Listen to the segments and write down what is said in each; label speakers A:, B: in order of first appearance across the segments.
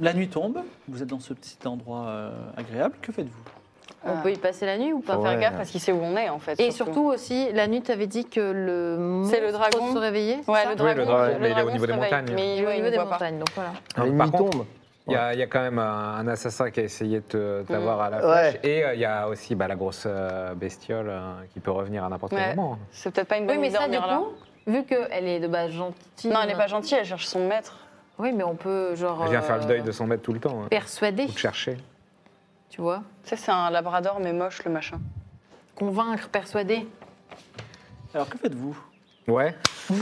A: La nuit tombe, vous êtes dans ce petit endroit euh, agréable, que faites-vous
B: On peut y passer la nuit ou pas
C: Ouais.
B: faire gaffe parce qu'il sait où on est en fait.
D: Et surtout aussi, la nuit, tu avais dit que le monstre
B: C'est le dragon.
D: se réveillait c'est
B: ouais,
D: ça
B: le
C: Oui,
B: dragon.
C: le dragon, mais il est au
B: dragon
C: niveau
B: se
C: des
B: réveille,
C: montagnes.
B: Mais
D: Il est au
B: ouais, il
D: niveau
B: ne
D: des
B: voit pas.
D: montagnes, donc voilà.
C: Alors,
E: Les
C: par
E: nuits
C: contre,
E: tombent.
C: Il y, a- il y a quand même un, un assassin qui a essayé de
D: Mm.
C: te- t'avoir à la
E: Ouais.
C: flèche. Et euh, il y a aussi bah, la grosse euh, bestiole euh, qui peut revenir à n'importe
B: Ouais.
C: quel moment.
B: C'est peut-être pas une
D: Oui,
B: bonne
D: mais
B: idée
D: ça,
B: d'en
D: du
B: venir là.
D: coup, vu qu'elle est de base gentille.
B: Non, elle n'est pas gentille, elle cherche son maître.
D: Oui, mais on peut, genre.
C: Elle vient faire le deuil
D: euh,
C: de son maître tout le temps. hein.
D: Persuader,
C: Ou de chercher.
D: tu vois.
B: Tu sais, c'est un labrador mais moche le machin.
D: Convaincre, persuader.
A: Alors que faites-vous
C: Ouais.
B: Mais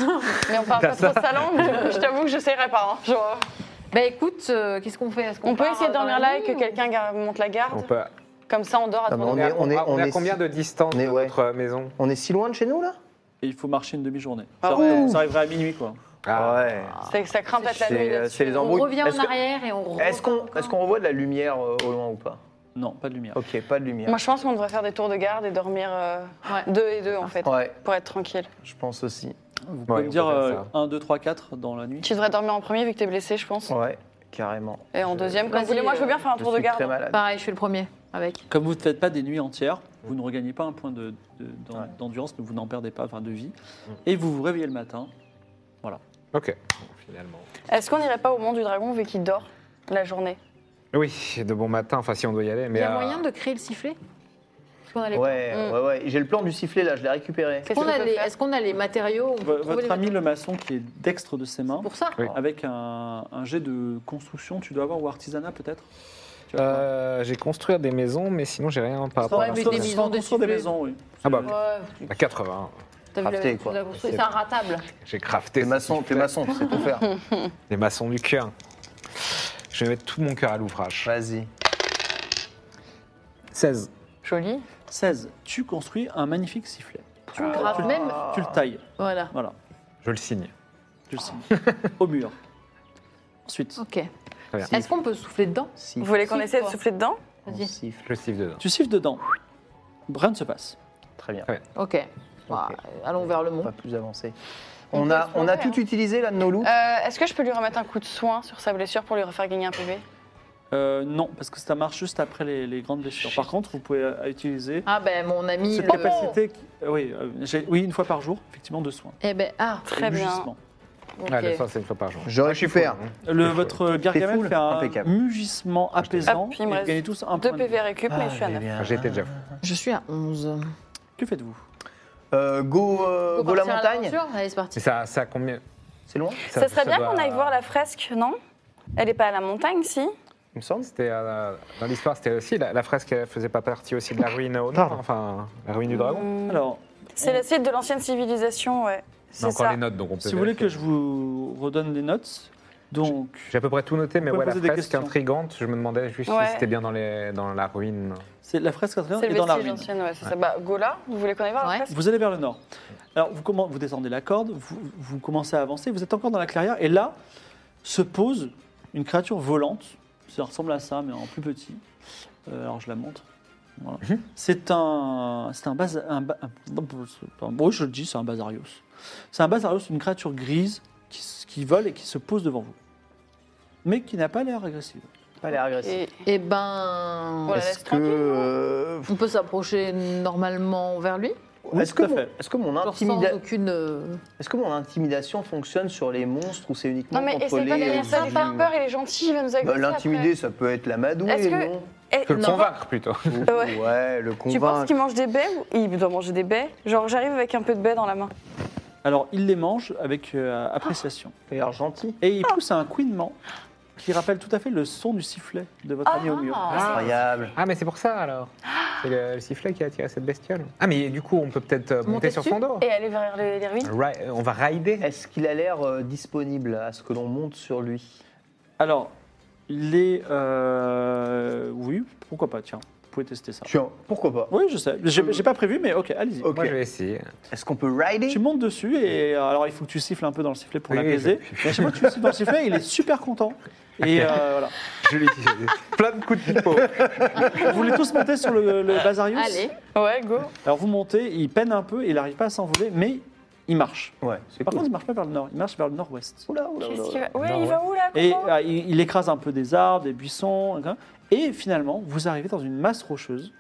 B: on parle pas trop de sa langue, du coup, je t'avoue que j'essaierai pas. hein, je vois.
D: Bah écoute, euh, qu'est-ce qu'on fait Est-ce qu'on
B: On peut
D: part,
B: essayer
D: euh,
B: de
D: dans
B: dormir
D: la
B: là et
D: nuit
B: que
D: ou-
B: quelqu'un gar- monte la
C: On
B: garde.
C: peut.
B: Comme ça on dort à
E: Non, mais
B: trois
E: on
B: heures.
E: est- on est-
C: à- on
E: on
C: est à
E: est-
C: combien de distance
E: Mais
C: de
E: ouais.
C: votre maison
E: On est si loin de chez nous là
A: Et il faut marcher une demi-journée.
B: Ah
A: ça,
B: ouais.
A: ça arriverait à minuit, quoi.
C: Ah,
E: Ouais.
B: C'est que ça craint peut-être la nuit.
E: C'est
B: là-dessus.
C: euh,
E: c'est les
D: On
E: embrouilles.
D: revient
E: Est-ce
D: en
E: que-
D: arrière et on.
E: Est-ce qu'on
D: reprend
E: est qu'on revoit de la lumière euh, au loin ou pas
A: Non, pas de lumière.
C: Oh,
E: Ok, pas de lumière.
B: Moi je pense qu'on devrait faire des tours de garde et dormir euh,
D: Ouais.
B: deux et deux en fait.
E: Ouais,
B: Pour être tranquille.
E: je pense aussi.
A: Vous
C: on
A: pouvez
C: peut
A: me dire
C: faire
A: euh,
C: ça.
A: 1, 2, 3, 4 dans la nuit
B: Tu devrais dormir en premier vu que t'es blessé, je pense.
E: Ouais, carrément.
B: Et en deuxième, comme
D: Vas-y,
B: vous voulez. Moi je veux bien faire un
E: Je
B: tour de
E: suis très
B: garde.
E: malade.
D: Pareil, je suis le premier avec.
A: Comme vous ne faites pas des nuits entières, vous ne regagnez pas un point de- de- d'en-
E: Ouais.
A: d'endurance, mais vous n'en perdez pas, enfin de vie.
D: Mm.
A: Et vous vous réveillez le matin.
C: Ok. Bon, finalement.
B: Est-ce qu'on irait pas au mont du dragon vu qu'il dort la journée
C: Oui, de bon matin. Enfin, si on doit y aller.
D: Il
C: Mais
D: y a
C: euh,
D: moyen de créer le sifflet Est-ce qu'on a les-
E: Ouais, ouais,
B: Mm.
E: ouais. J'ai le plan du sifflet là, je l'ai récupéré.
B: Qu'est-ce
D: Est-ce qu'on
B: qu'on
D: a
B: peut
D: les-
B: faire
D: est-ce qu'on a les matériaux on peut
A: Vo-
D: trouver les
A: Votre ami
D: matériaux
A: le maçon qui est dextre de ses mains,
D: Pour ça
C: Oui.
A: avec un, un jet de construction, tu dois avoir ou artisanat peut-être Tu vois
C: euh, j'ai construit des maisons, mais sinon j'ai rien par rapport
A: Sans-
D: Ouais,
C: à
D: mais
A: sans-
D: des
A: sans
D: maisons, des
A: construire
D: sifflets.
A: maisons, oui.
C: Ah bah,
A: C'est-
B: euh,
D: Ouais,
C: À 80.
D: t'as vu la-
E: Crafté, quoi.
D: la construction, C'est un ratable.
C: J'ai crafté.
E: T'es maçon, t'es maçon, tu sais tout faire.
C: Les maçons du cœur. Je vais mettre tout mon cœur à l'ouvrage.
E: Vas-y.
C: 16.
D: Joli.
A: 16. Tu construis un magnifique sifflet.
B: Ah.
A: Tu, le- tu
D: Grave
A: le-
D: même.
A: tu le tailles,
D: Voilà.
A: voilà,
C: Je le signe.
A: tu le signes. Au mur. Ensuite,
D: Ok.
C: bien.
D: Est-ce qu'on peut souffler dedans
E: Si.
B: Vous voulez qu'on
D: Siffle,
B: essaie de
D: quoi.
B: souffler dedans
E: on
D: Vas-y.
E: siffle.
C: Je le siffle dedans.
A: tu siffles dedans. Rien ne se passe.
E: Très bien.
D: Ok. Bah,
E: Ok.
D: allons vers le
E: On va
D: mont.
E: plus avancer.
B: On
E: On,
B: peut
E: a, on a
B: explorer,
E: tout utilisé là de nos loups
B: Euh, Est-ce que je peux lui remettre un coup de soin sur sa blessure pour lui refaire gagner un PV
A: Euh, non, parce que ça marche juste après les, les grandes blessures. Par contre, vous pouvez euh, utiliser
D: Ah ben mon ami.
A: cette
D: le-
A: capacité. qui- euh, oui, euh, j'ai- oui, une fois par jour, effectivement, de soins.
D: Eh ben ah.
B: Très
A: Le
B: bien.
A: mugissement.
D: ok.
C: Ah, le soir, c'est une fois par jour.
E: Je récupère.
A: Le,
C: T'es
A: votre Gargamel
E: full
A: fait un
E: Impeccable.
A: mugissement apaisant.
B: Hop, il me
A: et vous
B: reste
A: gagnez tous un
B: Deux
A: point de vie.
B: PV récup, mais je suis à
E: Ah,
B: 9.
E: bien.
C: J'étais déjà.
D: Je suis à 11.
A: Que faites-vous
E: Euh, go, euh,
D: Faut
E: go la
D: partir à
E: montagne
D: l'aventure Allez, c'est parti.
C: Mais ça, ça a combien
E: C'est loin
B: Ça serait bien
C: doit-
B: qu'on aille voir la fresque, non Elle n'est pas à la montagne, si
E: Il me semble.
C: C'était euh, dans l'histoire, c'était aussi la, la fresque. Elle faisait pas partie aussi de la ruine au nord,
E: Pardon.
C: enfin la ruine du dragon.
B: Hmm.
A: Alors,
B: C'est le site de l'ancienne civilisation, ouais.
C: On a
B: C'est
C: encore
B: ça.
C: les notes, donc on peut.
A: si vous voulez
C: vérifier.
A: que je vous redonne les notes, donc
C: J'ai à peu près tout noté, mais
A: pouvez
C: ouais, la
A: poser des
C: fresque
A: questions.
C: intrigante. Je me demandais juste
B: Ouais.
C: si c'était bien dans les dans la ruine.
A: c'est la fresque à
B: C'est
A: l'intérieur
B: le
A: et dans la
B: vestige
A: ruine.
B: ancien, ouais, c'est ça. Bah, Gola, vous voulez qu'on aille voir
D: Ouais.
B: la fresque
A: Vous allez vers le nord. Alors, vous, commen- vous descendez la corde, vous, vous commencez à avancer, vous êtes encore dans la clairière, et là se pose une créature volante. Ça ressemble à ça, mais en plus petit. Euh, alors, je la montre. Voilà. C'est un. C'est un, baza- un, ba- un- un- oui, je le dis, c'est un Bazarios. C'est un Bazarios, une créature grise qui, s- qui vole et qui se pose devant vous. Mais qui n'a pas l'air agressive.
E: Pas l'air agressif.
B: Et-
D: Eh ben.
B: Voilà. la
E: Est-ce
B: laisse
E: que,
B: tranquille,
E: euh,
D: On peut s'approcher normalement vers lui
A: Oui,
E: est-ce
A: tout
E: que,
A: à
E: mon-
A: fait.
E: est-ce que mon
D: Genre
E: intimida-
D: sans aucune. euh,
E: est-ce que mon intimidation fonctionne sur les monstres ou c'est uniquement
B: Non, mais
E: contre
B: essaye pas
E: les
B: d'aller
E: les
B: faire
E: humains
B: par peur, il est gentil, il va nous
E: Bah,
B: agresser.
E: L'intimider, ça peut être l'amadouer,
B: Est-ce que-
E: non
B: après. Eh,
C: Que le
B: non.
C: convaincre plutôt.
E: Ou-
B: Ouais.
E: ouais. le
B: Tu penses
E: convaincre.
B: qu'il mange des baies ou- Il doit manger des baies Genre, j'arrive avec un peu de baies dans la main.
A: Alors, il les mange avec euh, appréciation.
E: Ah. Il a l'air gentil.
A: Et il pousse un couinement qui rappelle tout à fait le son du sifflet de votre ami au mur.
D: Ah,
E: Incroyable.
C: Ah, mais c'est pour ça alors. C'est le, le sifflet qui a attiré cette bestiole. Ah, mais du coup, on peut peut-être euh, monter,
D: Monter
C: sur
D: dessus
C: son dos.
B: Et aller vers les, les ruines
C: Ri- on va rider.
E: Est-ce qu'il a l'air euh, disponible à ce que l'on monte sur lui
A: Alors, les. euh, oui, pourquoi pas, tiens, vous pouvez tester ça.
E: Tiens, pourquoi pas
A: Oui, je sais. J'ai j'ai pas prévu, mais ok, allez-y.
E: Ok.
C: Moi, je vais essayer.
E: Est-ce qu'on peut rider
A: Tu montes dessus et euh, alors il faut que tu siffles un peu dans le sifflet pour
C: Oui,
A: l'apaiser.
C: je-
A: Et à chaque fois que tu siffles dans le sifflet, il est super content. Et euh, voilà.
C: Je l'ai utilisé. Plein de coups de pipeau.
A: Vous voulez tous monter sur le, le Bazarius
D: Allez.
B: Ouais, go.
A: Alors vous montez, il peine un peu, il n'arrive pas à s'envoler, mais il marche.
E: Ouais, c'est
A: Par
E: cool.
A: contre, il marche pas vers le nord, il marche vers le nord-ouest.
E: Oula, oula,
B: Qu'est-ce
E: oula.
B: qu'il va Ouais,
C: Non,
B: il va où là
A: Et
B: Coco
A: euh, il, il écrase un peu des arbres, des buissons. etc. Et finalement, vous arrivez dans une masse rocheuse,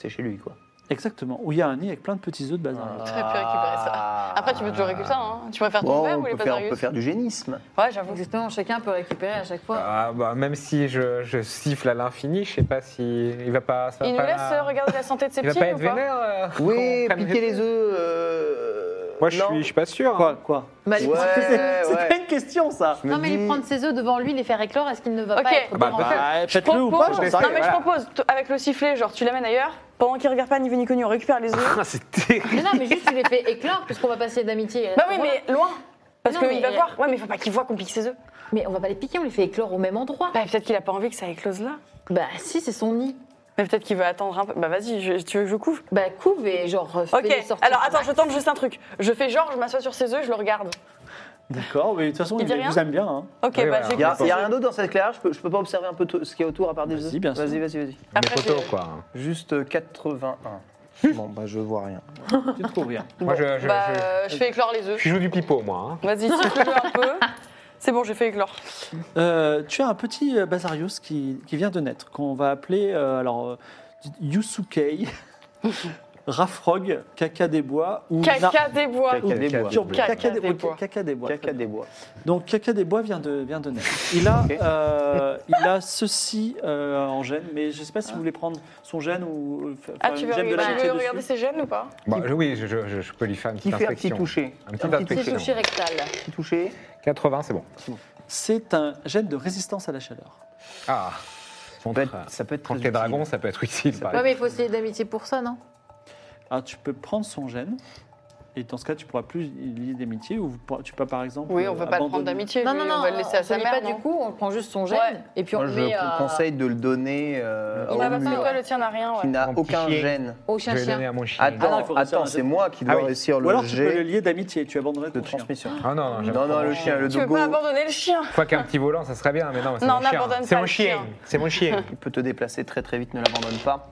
E: C'est chez lui, quoi.
A: exactement, où il y a un nid avec plein de petits œufs de
E: Ah.
A: Bazarius.
B: Très bien récupérer ça. Après, tu peux toujours récupérer ça. Hein. Tu préfères ton
E: Bon,
B: père ou
E: on,
B: les
E: peut faire, on peut
B: Bazarius
E: faire du génisme.
B: Ouais, j'avoue.
D: Exactement, chacun peut récupérer à chaque fois.
C: Ah, bah, même si je, je siffle à l'infini, je sais pas si il va pas. Ça va
B: Il nous
C: pas
B: laisse euh, regarder la santé de ses
C: Il va
B: petits
C: pas être
B: ou pas
C: vénère. euh,
E: Oui,
C: qu'on prenne
E: piquer les œufs. euh,
C: Moi, je
E: non.
C: suis, je suis pas sûr.
A: Quoi, quoi
D: Bah, lui
E: Ouais,
D: prendre ses œufs.
A: C'est
E: ouais.
A: pas une question, ça
E: Je me
D: Non, mais lui
E: dis-
D: prendre ses œufs devant lui, les faire éclore, est-ce qu'il ne va
B: Ok.
D: pas être
C: Ah, Bah,
D: mort
C: peut-être.
A: Bah,
B: Je
A: Faites-le ou pas, j'en sais
B: propose- Non,
A: rien.
B: mais je propose, t- avec le sifflet, genre tu l'amènes ailleurs, pendant qu'il regarde pas ni vu ni connu, on récupère les œufs.
F: Ah, c'est terrible.
D: Mais non, mais juste, tu les fais éclore, parce qu'on va passer d'amitié.
B: Bah oui, mais loin Parce
D: Non,
B: qu'il
D: mais-
B: va voir. Ouais, mais faut pas qu'il voit qu'on pique ses œufs.
D: Mais on va pas les piquer, on les fait éclore au même endroit.
B: Bah peut-être qu'il a pas envie que ça éclose là.
D: Bah, si, c'est son nid.
B: Mais peut-être qu'il veut attendre un peu. Bah vas-y, je- tu veux que je couve
D: Bah, couve et genre, fais
B: Ok,
D: les sortir.
B: alors attends, je tente juste un truc. Je fais genre, je m'assois sur ses œufs, je le regarde.
A: D'accord, mais de toute façon,
B: Il
A: il,
B: dit rien
A: vous aime bien. hein.
B: Ok,
C: Oui,
B: bah
C: voilà.
B: j'ai
E: Il y a,
B: ses
E: il y a
B: œufs.
E: rien d'autre dans cet éclairage je peux, je peux pas observer un peu tout- ce qu'il y a autour à part des
A: Vas-y,
E: œufs
A: bien sûr.
E: Vas-y, vas-y, vas-y.
C: Mais
B: Après,
C: photo,
B: j'ai-
C: quoi.
E: Juste euh, 81. bon, bah, je vois rien.
A: Tu ne trouves rien.
C: Moi, je, je,
B: Bah,
C: je-
B: euh, je fais éclore les œufs.
C: je joue du pipeau, moi. hein.
B: Vas-y, siffle-le un peu. C'est bon, j'ai fait éclore.
A: Euh, tu as un petit euh, Bazarius qui, qui vient de naître, qu'on va appeler euh, alors euh, Yusukei, Rafrog, Caca des Bois ou Na-
B: Caca des bois.
E: Caca des bois.
A: Turbo-
B: Caca
A: Caca des
B: des
A: Bois.
B: Bois.
A: Caca des Bois.
E: Caca des bois.
A: Donc Caca des Bois vient de, vient de naître. Il a,
E: Ok.
A: euh, il a ceci euh, en gène, mais je ne sais pas si vous voulez prendre son gène ou euh,
B: Ah,
A: faire
B: tu
A: une
B: veux,
A: gemme de
B: regarder- tu
A: l'amitié
B: veux regarder
A: dessus.
B: ses gènes ou pas
C: Bah, je- oui, je, je- je- je peux lui faire une
E: Qui
C: petite
E: fait un petit
C: inspection.
E: toucher
C: Un petit
E: Un petit
D: C'est touché
C: inspection.
D: rectal.
E: Petit toucher.
C: 80, c'est bon.
A: C'est un gène de résistance à la chaleur.
C: Ah.
E: peut
C: Contre, euh,
E: être- ça peut être
C: contre les
E: très utile.
C: dragons, ça peut être utile. par
D: Ouais,
C: exemple.
D: mais il faut essayer d'amitié pour ça, non
A: Alors Ah, tu peux prendre son gène. Et dans ce cas, tu pourras plus lier d'amitié ou vous pourrez- tu peux par exemple.
B: Oui, on
A: euh,
B: peut pas le prendre
A: abandonner.
B: d'amitié.
D: Non,
B: lui,
D: non, non.
B: On va le laisser à
D: se
B: sa
D: lie
B: mère.
D: pas
B: non
D: du coup, on prend juste son gène
B: Ouais.
D: et puis on
E: Moi,
D: le
E: je
D: met euh,
E: vous
D: à-
E: conseille de le donner euh,
B: euh, Il
E: au
B: a passé
E: mur,
B: quoi, le tien n'a rien.
E: qui
B: Ouais.
E: n'a
C: Mon petit
E: aucun
C: chien.
E: gène.
D: au
C: Je vais donner
D: chien-chien.
C: à mon chien.
A: Ah non, il
E: Attends,
A: faut
E: attends,
A: réussir un
E: c'est moi qui
C: Ah
E: dois
C: oui.
E: réussir
A: Ou alors
E: le
A: tu peux le
E: jet
A: lier d'amitié, tu abandonnerais
E: de
A: ton chien.
E: transmission.
C: Ah non, non, j'aime
E: Non,
C: pas
E: non,
C: mon
E: le
C: chien.
E: chien, le
B: Tu veux pas
E: dogo,
B: abandonner le chien
C: Une fois qu'un petit volant, ça serait bien, mais non, c'est
B: Non,
C: mon chien.
B: n'abandonne
C: C'est
B: pas
C: mon
B: le
C: chien.
B: chien.
C: C'est mon chien.
E: il peut te déplacer très très vite, ne l'abandonne pas.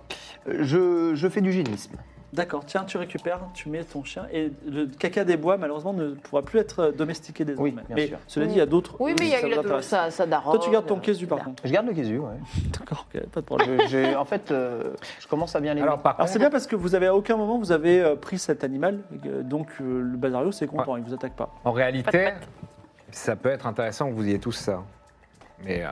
E: Euh, Je, je fais du génisme.
A: D'accord, tiens, tu récupères, tu mets ton chien. Et le caca des bois, malheureusement, ne pourra plus être euh, domestiqué désormais.
E: Oui, bien
A: mais
E: sûr.
A: cela dit, il y a d'autres.
D: Oui, mais il y a
A: ça
D: eu la
A: vous
D: douleur,
A: intéresse.
D: ça, ça daronne.
A: Toi, tu gardes ton caisse par contre.
E: Je garde le casu, ouais.
A: D'accord, ok, pas de problème.
E: Je- j'ai- en fait, euh, je commence à bien l'aimer.
C: Alors, par
A: Alors, c'est
C: contre,
A: bien parce que vous avez à aucun moment vous avez euh, pris cet animal, euh, donc euh, le basario c'est content, il vous attaque pas.
C: en réalité,
B: Pat,
C: ça peut être intéressant que vous ayez tous ça. Mais euh,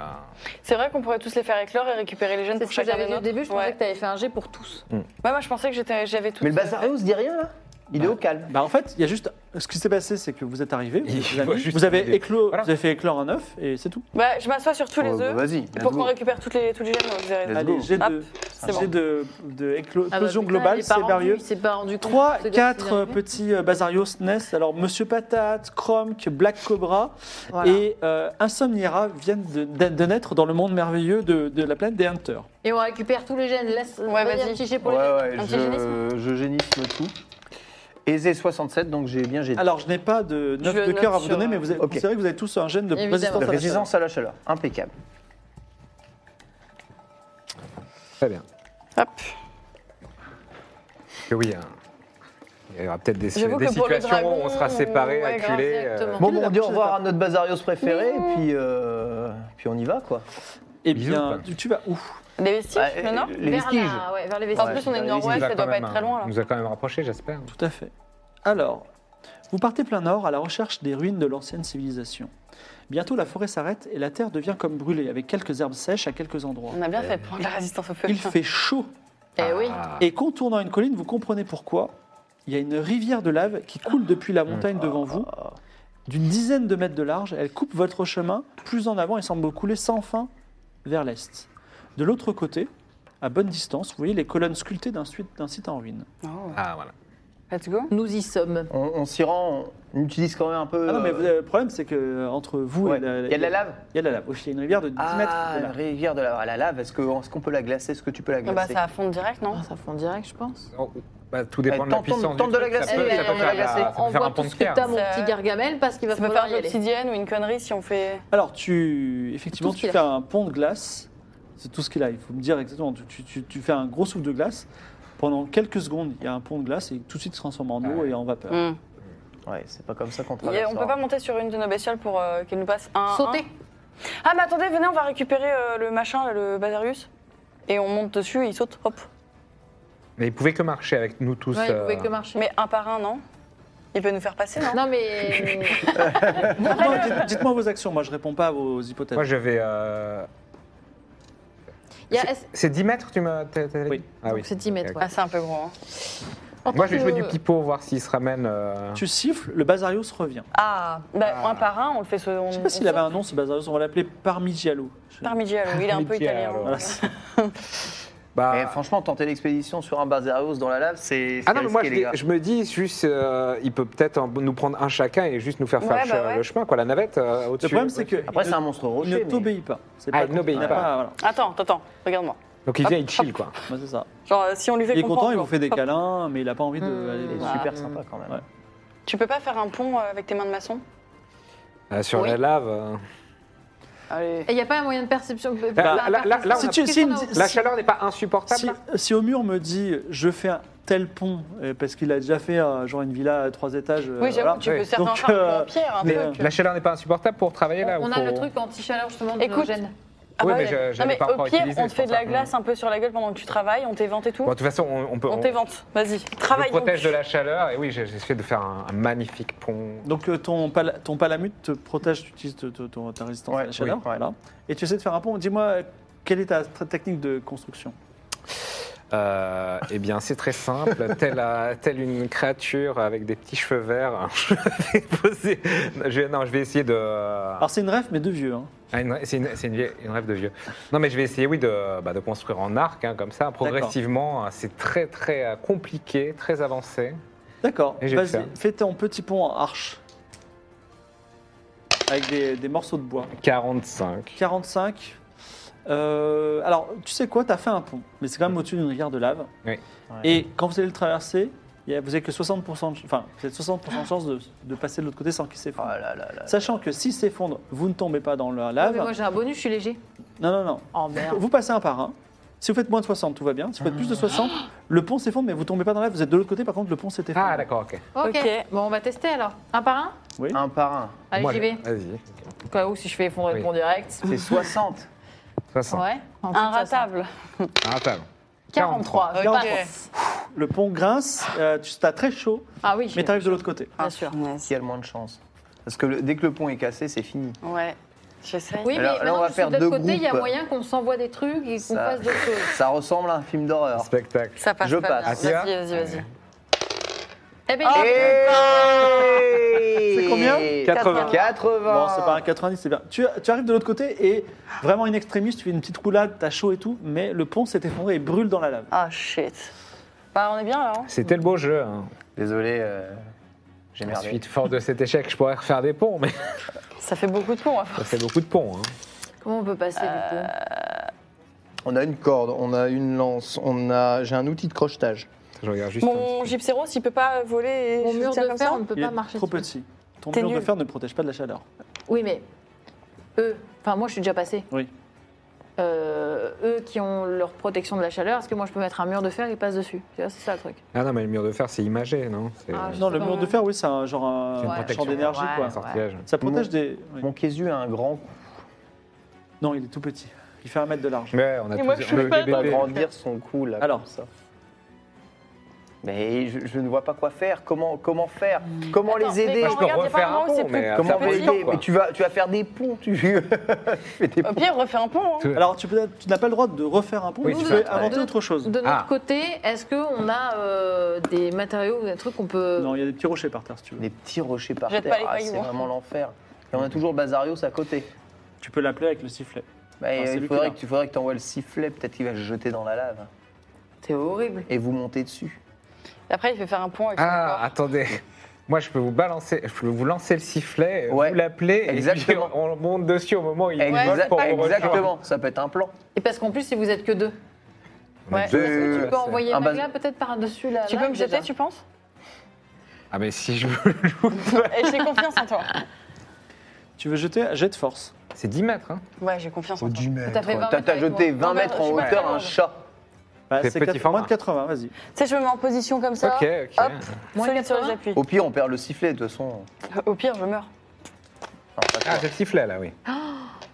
B: C'est vrai qu'on pourrait tous les faire éclore et récupérer les gènes
D: C'est
B: pour
D: ce que
B: chacun
D: j'avais
B: des
D: dit au
B: nôtres.
D: début, je pensais
B: Ouais.
D: que t'avais fait un jet pour tous.
B: Ouais, moi je pensais que j'étais- j'avais tout.
E: Mais le Basario se dit rien là Il est au calme.
A: Bah en fait, il y a juste ce qui s'est passé, c'est que vous êtes arrivés, vous,
C: Il
A: êtes
C: voit
A: amis,
C: juste
A: vous avez
C: l'idée.
A: éclos,
C: Voilà.
A: vous avez fait éclore un œuf et c'est tout.
B: Bah, je m'assois sur tous les
E: Oh, bah,
B: œufs
E: Vas-y,
B: pour
E: let's
B: qu'on
E: go.
B: récupère toutes les, tous les gènes. Vous verrez.
E: Let's
A: Allez,
E: go.
A: jet
B: Hop,
A: de,
B: c'est
A: jet
B: bon.
A: de, de éclo-
D: Ah bah,
A: explosion
D: putain, il
A: globale,
D: est
A: c'est
D: pas rendu,
A: barieux.
D: Il s'est pas rendu compte.
A: 3,
D: ce gars, c'est hein.
A: 4
D: bien fait.
A: petits euh, Basarios SNES, alors Monsieur Patate, Cronk, Black Cobra
D: Voilà. Et...
A: et euh, Insomniera viennent de, de- de naître dans le monde merveilleux de, de la planète des Hunters.
D: on récupère tous les gènes. Laisse,
B: Ouais,
D: vas-y,
B: vas-y.
D: un petit jet pour
E: Ouais,
D: les gènes.
E: ouais,
B: Un petit
E: je,
B: génisme
E: je génisme tout. Aisé 67, donc j'ai bien génisme.
A: Alors, je n'ai pas de neuf
B: Je
A: de
B: note
A: cœur à vous
B: sur,
A: donner, mais vous avez,
E: Ok.
A: c'est vrai que vous avez tous un gène de résistance à
D: Évidemment.
E: De
A: la chaleur.
E: résistance à la chaleur, impeccable.
C: très bien.
B: Hop.
C: Parce que oui, hein, il y aura peut-être des,
B: J'avoue
C: des
B: que pour le
C: situations où
B: dragon,
C: on sera séparés,
B: ouais, grave,
C: acculés. euh,
D: exactement.
A: Plus
E: Bon, bon, on dit au
A: d'habitude,
E: revoir
A: pas.
E: à notre Basarios préféré, et puis, euh, puis on y va, quoi.
A: Eh
C: Bisous,
A: bien,
C: quoi.
A: tu, tu vas où
B: Les vestiges
E: Ah,
B: non, non
E: euh, les
D: vers,
E: vestiges.
D: la- ouais, vers les
B: En
D: vestiges.
E: Ouais,
B: plus, on est
E: les
B: nord-ouest,
C: il va
B: ça
C: quand
B: doit pas
C: même,
B: être très loin
C: hein,
B: là.
C: nous a quand même rapprochés, j'espère.
E: Ah,
A: Tout à fait. Alors, vous partez plein nord à la recherche des ruines de l'ancienne civilisation. Bientôt, la forêt s'arrête et la terre devient comme brûlée, avec quelques herbes sèches à quelques endroits.
B: On a bien fait de prendre la résistance au feu.
A: Il fait chaud
D: Eh oui.
C: Ah,
A: Et contournant une colline, vous comprenez pourquoi. Il y a une rivière de lave qui coule depuis la montagne devant vous. D'une dizaine de mètres de large, elle coupe votre chemin plus en avant et semble couler sans fin vers l'est. De l'autre côté, à bonne distance, vous voyez les colonnes sculptées d'un suite- d'un site en ruine.
C: Ah, voilà.
B: Let's go.
D: Nous y sommes.
E: On, on s'y rend, on utilise quand même un peu.
A: Ah non, mais vous
E: euh,
A: avez- le problème, c'est que euh, entre vous
E: ouais.
A: et la,
E: Il y a de la lave
A: Il y a de la lave. Oui, Il y a une rivière de 10
E: Ah,
A: mètres. de
E: la
A: lave.
E: rivière de la, ah à la lave, est-ce qu'on est qu'on peut la glacer Est-ce que tu peux la
B: Ah
E: glacer
B: bah ça fond direct, non
D: Ah, ça fond direct, je pense.
C: Oh, bah, tout dépend de
E: Eh,
C: la
E: tente-
C: puissance. du
E: tente de la
C: truc, ça
E: glacer,
C: peut-
E: eh,
C: Ça peut
E: tente de
C: faire
E: la
C: la-
E: glacer.
C: ça peut faire un pont
D: Envoie tout
C: de
D: ce que
C: pierre.
D: t'as, mon
B: Ça-
D: petit gargamel, parce qu'il va
B: Ça peut
D: falloir
B: faire
D: y
B: de
D: aller.
B: l'obsidienne ou une connerie si on fait.
A: Alors, tu, effectivement,
D: Tout ce qu'il
A: tu
D: a.
A: fais un pont de glace. C'est tout ce qu'il a. Il faut me dire exactement. Tu, tu- tu- tu fais un gros souffle de glace. Pendant quelques secondes, il y a un pont de glace et tout de suite il se transforme en eau
C: Ah ouais.
A: et en vapeur.
E: Mm.
B: Hmm.
E: Ouais, c'est pas comme ça qu'on
B: Et
E: traverse. hein.
B: on peut pas monter sur une de nos bestioles pour euh, qu'elle nous passe un.
D: Sauter.
B: un Ah, mais attendez, venez, on va récupérer euh, le machin, là, le Basarius. Et on monte dessus, et il saute, hop.
C: Mais il pouvait que marcher avec nous tous.
D: Ouais, il
C: euh,
D: pouvait que marcher.
B: Mais un par un, non Il peut nous faire passer, non
D: Non, mais.
A: Dites-moi dites- dites-moi vos actions. Moi, je réponds pas à vos hypothèses.
C: Moi, j'avais. euh,
D: il y a- est-ce-
C: C'est 10 mètres, tu m'as. t'as- t'as dit
A: Oui.
C: Ah oui.
D: Donc c'est 10 mètres,
C: Ok.
D: ouais.
B: Ah, c'est un peu gros. hein.
C: Moi, je vais jouer du
D: Euh,
C: petit pot, voir s'il se ramène. euh,
A: Tu siffles, le Basarius revient.
B: Ah, bah un par un, on le fait. Ce, on,
A: Je sais pas s'il
B: on
A: avait
B: saute.
A: un nom, ce Basarius. On va l'appeler Parmigiano. Je-
B: Parmigiano, il est un peu italien.
C: Parmigiano.
A: Voilà.
B: hein.
C: Bah,
E: Eh, franchement, tenter l'expédition sur un Bazarios dans la lave, c'est. c'est
C: Ah non, mais moi,
E: risqué,
C: je,
E: les gars.
C: je me dis juste, euh, il peut peut-être en- nous prendre un chacun et juste nous faire
B: Ouais,
C: faire le
B: bah
C: che-
B: ouais.
C: le chemin, quoi, la navette euh, au-dessus.
A: Le problème, c'est que
E: Après,
A: il
E: c'est
A: ne-
E: un monstre
A: il ne
E: rocher. mais-
A: t'obéit pas. C'est
C: Ah,
A: pas
C: il n'obéit
A: il n'a
C: pas.
A: voilà.
B: Attends, attends, regarde-moi.
C: Donc il vient, il chill, quoi.
A: Ouais, c'est ça.
B: Genre, euh, si on lui fait
A: Il est content,
B: comprendre,
A: il
B: genre,
A: vous fait des
B: hop.
A: câlins, mais il n'a pas envie de.
D: Hmm.
A: aller-
E: C'est
D: Voilà.
E: super sympa quand même.
A: Ouais.
B: Tu peux pas faire un pont euh, avec tes mains de maçon
C: Euh, sur
D: Oui.
C: la lave. euh,
B: Allez.
D: Et il n'y a pas un moyen de perception. Bah,
C: là, là, là, là, on
A: Si
C: a-
A: tu- si une-
C: La
A: si-
C: chaleur n'est pas insupportable.
A: Si,
C: là
A: si Omur me dit je fais un tel pont euh, parce qu'il a déjà fait euh, genre une villa à trois étages, euh,
B: Oui, j'avoue,
A: voilà.
B: tu peux
C: ouais.
B: certains
A: Donc,
B: faire un pont
A: euh,
B: en pierre, un
A: mais,
B: truc.
A: euh,
C: La chaleur n'est pas insupportable pour travailler là
D: on
C: ou
D: a
C: faut-
D: le truc anti-chaleur justement de
B: Écoute,
D: Écoute,
B: Ah
C: oui,
B: bah,
C: mais je- j'avais
B: non, mais
C: pas
B: au
C: encore
B: pire,
C: utilisé,
B: on te
C: c'est
B: fait
C: pour
B: de la
C: ça.
B: glace un peu sur la gueule pendant que tu travailles, on t'évente et tout.
C: Bon, de toute façon, on, on peut.
B: on
C: on-
B: t'évente, vas-y,
C: je
B: travaille.
C: protège de
B: donc.
D: Ah,
C: la chaleur et oui, j'ai j'ai essayé de faire un, un magnifique pont.
A: Donc euh, ton, pal- ton palamute te protège, tu utilises te- te- ton- ta résistance à
E: Ouais,
A: la chaleur.
E: oui, ouais.
A: voilà. Et tu essaies de faire un pont. Dis-moi, euh, quelle est ta tra- technique de construction
C: Euh, eh bien, c'est très simple. telle, euh, telle une créature avec des petits cheveux verts, je vais poser. je vais- non, je vais essayer de. euh,
A: Alors c'est une rêve, mais de vieux. hein.
C: Ah, une- c'est une, c'est une vieille- une rêve de vieux. Non, mais je vais essayer, oui, de, bah, de construire en arc, hein, comme ça, progressivement. C'est très, très euh, compliqué, très avancé.
A: D'accord,
C: Et j'ai fait ça.
A: vas-y, fais ton petit pont en arche. Avec des, des morceaux de bois.
C: 45.
A: 45. Euh, alors, tu sais quoi, t'as fait un pont, mais c'est quand même au-dessus d'une rivière de lave.
C: Oui.
A: Et quand vous allez le traverser, il y a- vous n'avez que 60%, de ch- enfin, vous avez 60% de chance de, de passer de l'autre côté sans qu'il
E: Oh
A: s'effondre.
E: là là là.
A: Sachant que s'il s'effondre, vous ne tombez pas dans la lave.
D: Moi j'ai un bonus, je suis léger.
A: Non, non, non.
D: Oh merde.
A: Vous passez un par un. Si vous faites moins de 60, tout va bien. Si vous faites plus de 60, le pont s'effondre, mais vous tombez pas dans la lave. Vous êtes de l'autre côté, par contre, le pont s'est effondré.
C: Ah, d'accord, ok.
D: ok.
B: Ok.
D: Bon, on va tester alors. Un par un
E: Un par un.
D: Allez,
C: Moi,
D: j'y
C: je-
D: vais.
C: Vas-y.
D: Au cas où si je fais effondrer
C: Oui.
D: le pont direct.
E: C'est 60.
C: 60.
D: Ouais. En dessous
B: Un
D: de ça, ça.
B: ratable.
C: Ah, attends.
D: 43.
B: Ok.
D: passe.
A: Le pont grince, euh, tu as très chaud,
D: Ah oui. je-
A: mais tu arrives de l'autre côté.
B: Bien sûr.
E: Qui a le moins de chance Parce que le- dès que le pont est cassé, c'est fini.
B: Ouais, j'essaye.
D: Oui, mais
E: Alors, là, on
D: maintenant,
E: va
D: je suis
E: faire
D: de l'autre
E: deux
D: côté, il y a
E: groupes.
D: moyen qu'on s'envoie des trucs et qu'on
E: Ça-
D: fasse d'autres choses.
E: Ça ressemble à un film d'horreur.
C: Spectacle.
B: Ça passe
E: Je
B: pas
E: passe.
B: bien.
C: Ah, tu
B: Vas-y, vas-y, vas-y.
D: Eh ben,
B: Ah,
D: j'ai-
E: C'est
A: combien
C: 80.
E: 80.
D: Bah.
A: Bon, c'est pas un 90, c'est bien. Tu, tu arrives de l'autre côté et vraiment une extrémiste, tu fais une petite roulade, t'as chaud et tout, mais le pont s'est effondré et brûle dans la lave.
B: Ah, shit. Bah, on est bien là, hein
C: C'était le beau jeu. hein.
E: Désolé, euh, j'ai merdé.
C: Ensuite, fort de cet échec, je pourrais refaire des ponts, mais
B: Ça fait beaucoup de ponts. hein.
C: ça fait beaucoup de ponts. hein.
D: Comment on peut passer du
B: Euh,
D: coup
E: On a une corde, on a une lance, on a... j'ai un outil de crochetage.
C: Je regarde juste. un
B: Mon
C: petit-
B: gypséros, il peut pas voler et
D: Mon
B: se
D: mur
B: tirer
D: de
B: comme
D: fer,
B: ça
D: on ne peut
A: Il
D: pas
A: est
D: marcher
A: trop
D: dessus.
A: petit. Ton
B: T'es
A: mur de
B: nul.
A: fer ne protège pas de la chaleur.
D: Oui, mais eux, enfin moi je suis déjà passée.
A: Oui.
D: Euh, eux qui ont leur protection de la chaleur, est-ce que moi je peux mettre un mur de fer et passe dessus Tu vois, c'est ça le truc.
C: Ah non, mais le mur de fer, c'est imagé, non C'est
D: Ah,
C: c'est
A: Non, le
D: pas
A: mur de
D: mal.
A: fer, oui, c'est un genre un,
C: une
D: Ouais.
A: champ
C: protection.
A: d'énergie,
D: Ouais.
A: quoi.
C: un sortilège.
A: Ça protège des. oui.
E: Mon Kézu a un grand coup.
A: Non, il est tout petit. Il fait un mètre de large.
C: Mais ouais, on a
B: Et moi,
C: tous-
B: je
C: on a
B: suis
C: eu
B: pas
C: des
E: Il va
C: bébés.
E: grandir son cou là.
A: Alors.
E: comme ça. Mais je, je ne vois pas quoi faire. Comment, comment faire Comment
B: Attends,
E: les
B: mais
E: aider
B: quand- regarde, il y a pas un moment où c'est plus-
C: mais euh,
E: Comment
C: ça
B: on va
C: prend
E: les
C: du temps,
E: aider
C: quoi.
E: Mais tu vas, tu vas faire des ponts. Tu tu fais des
B: Au
E: ponts.
B: pire, refais un pont. hein.
C: Tout-
A: Alors, tu, peux- tu n'as pas le droit de refaire un pont,
C: Oui,
A: tu
C: c'est
A: peux
C: ça,
A: inventer
D: ouais.
A: autre chose.
D: De notre
C: Ah.
D: côté, est-ce qu'on a euh, des matériaux ou des trucs qu'on peut.
A: Non, il y a des petits rochers par terre, si tu veux.
E: Des petits rochers par
B: Jette
E: terre.
B: pas les
E: Ah,
B: cailloux,
E: c'est
B: hein.
E: vraiment l'enfer. Et on a toujours Bazarios à côté.
A: Tu peux l'appeler avec le sifflet.
E: Bah,
A: Ah, c'est lui
E: il
A: qui l'a.
E: faudrait que tu faudrait que t'envoies le sifflet. Peut-être qu'il va se jeter dans la lave.
D: C'est horrible.
E: Et vous montez dessus.
B: Et Après, il fait faire un pont avec son
C: Ah,
B: corps.
C: attendez. Moi, je peux vous balancer, je peux vous lancer le sifflet,
E: Ouais.
C: vous l'appeler, et puis
E: Exactement.
C: on monte dessus au moment où il
B: Ouais,
C: vole
E: Exa-
B: c'est
C: pour
B: pas
C: vous rejoindre.
E: exactement. Ça peut être un plan.
D: Et parce qu'en plus, si vous êtes que
A: Euh,
D: deux.
C: On est
D: Ouais.
C: deux.
D: Est-ce que tu peux
C: c'est-
D: envoyer
E: Ah, bah-
D: Magla peut-être par-dessus là
B: Tu peux me jeter, tu penses
C: Ah, mais si je veux le loupe.
B: Et Eh, j'ai confiance en toi.
A: Tu veux jeter un jet de force.
C: C'est 10 mètres, hein.
B: Ouais, j'ai confiance en toi.
D: T'as fait 20
E: T'as
D: mètres
E: t'as
D: avec
E: jeté
D: moi.
E: 20
B: Non, mais
E: mètres
B: je
E: en
B: suis pas
E: hauteur
B: très
E: un
B: grande.
E: chat.
A: Bah,
C: C'est petit
A: quatre-
C: format.
A: moins de 80, vas-y.
B: Tu sais, je me mets en position comme ça.
C: Ok, ok.
B: Hop,
D: Moins
B: solide sur les
D: 80.
B: appuis.
E: Au pire, on perd le sifflet de toute façon.
B: Au pire, je meurs.
E: Enfin,
C: Ah,
E: pas toi.
C: c'est le sifflet, là, oui.
D: Oh.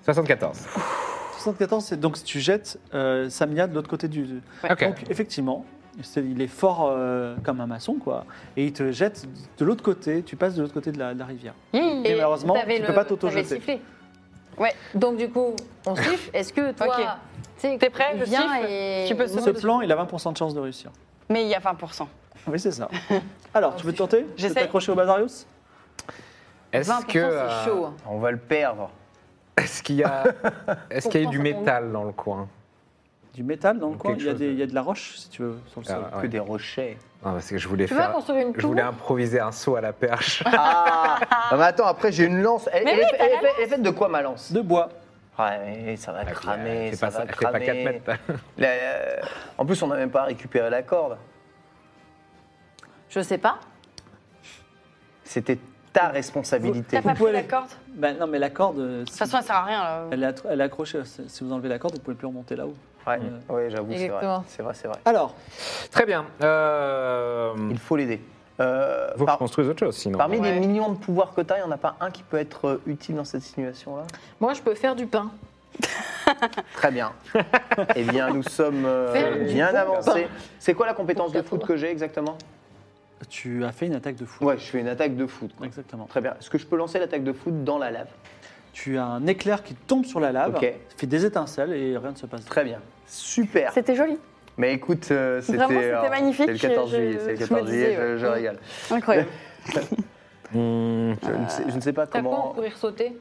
C: 74.
A: 74, c'est donc si tu jettes euh, Samia de l'autre côté du. du-
C: Ok.
A: Donc, effectivement, c'est- il est fort euh, comme un maçon, quoi. Et il te jette de l'autre côté, tu passes de l'autre côté de la, de la rivière.
D: Et
A: malheureusement,
D: t'avais
A: tu
D: le-
A: peux pas t'auto-jeter.
D: t'avais sifflé.
B: Ouais.
D: Donc du coup, on siffle. Est-ce que toi,
B: Ok.
D: tu sais,
B: T'es prêt Je
D: viens
B: siffle.
D: et
B: Tu peux se-
A: Ce plan, il a 20% de chance de réussir.
B: Mais il y a 20%.
A: Oui, c'est ça. Alors, tu veux tenter Tu veux
B: J'essaie.
A: t'accrocher au Bazarius
C: Est-ce
D: 20%,
C: que. euh,
D: c'est chaud. hein.
E: On va le perdre.
C: Est-ce qu'il y a, est-ce qu'il y a eu du
D: On pense-
C: métal dans le coin
A: Du métal dans le
C: Ou
A: coin
C: quelque
A: il y, a
C: chose.
A: des- il y a de la roche, si tu veux, sur le sol.
C: Ah, ouais.
E: Que des rochers.
C: Non, parce que je voulais
D: Tu veux
C: faire.
D: construire une
C: Je voulais
D: tour
C: improviser un saut à la perche.
E: Ah Non, mais attends, après j'ai une lance. Elle,
B: Mais
E: elle
B: oui,
E: est,
B: t'as
E: elle
B: la
E: est faite- elle est faite de quoi ma lance
A: De bois.
E: Ouais, mais ça va cramer,
C: C'est
E: ça
C: pas,
E: va
C: ça- c'est pas
E: cramer.
C: 4 mètres.
E: La- euh, en plus, on n'a même pas récupéré la corde.
D: Je sais pas.
E: C'était ta responsabilité.
B: T'as pas
A: pouvez
B: pris la
A: aller.
B: corde De
A: Bah, non, mais la corde, euh,
B: toute
A: si-
B: façon, elle sert à rien. là.
A: elle, est attr- elle est accrochée. Si vous enlevez la corde, vous pouvez plus remonter là-haut.
E: Ouais, ouais, j'avoue, c'est vrai.
D: Exactement.
E: C'est vrai, c'est vrai.
A: Alors,
C: Très bien. Euh,
E: Il faut l'aider. Euh,
C: il faut que
E: par-
C: je construise autre chose sinon.
E: parmi
D: Ouais.
E: les millions de pouvoirs que t'as, il n'y en a pas un qui peut être euh, utile dans cette situation-là
D: Moi, je peux faire du pain.
E: Très bien. eh bien, nous sommes euh,
D: Faire du
E: bien
D: bon
E: avancés. C'est quoi la compétence de
D: Pour
E: foot que j'ai exactement
A: tu as fait une attaque de fou.
E: Ouais, je fais une attaque de foot. quoi.
A: Exactement.
E: Très bien. Est-ce que je peux lancer l'attaque de foot dans la lave
A: Tu as un éclair qui tombe sur la lave,
E: Ok.
A: fait des étincelles et rien ne se passe.
E: Très bien. Super.
B: C'était joli.
E: Mais écoute, euh, c'était
B: Vraiment, c'était
E: euh,
B: magnifique.
E: C'est le 14
B: Je-
E: juillet, c'est le
B: je me
E: 14 juillet,
B: disais,
E: je,
B: ouais.
E: je régale.
B: Incroyable.
C: Hmm.
E: Je, ne sais, je ne sais pas
D: T'as quoi en
E: comment.
D: courir sauter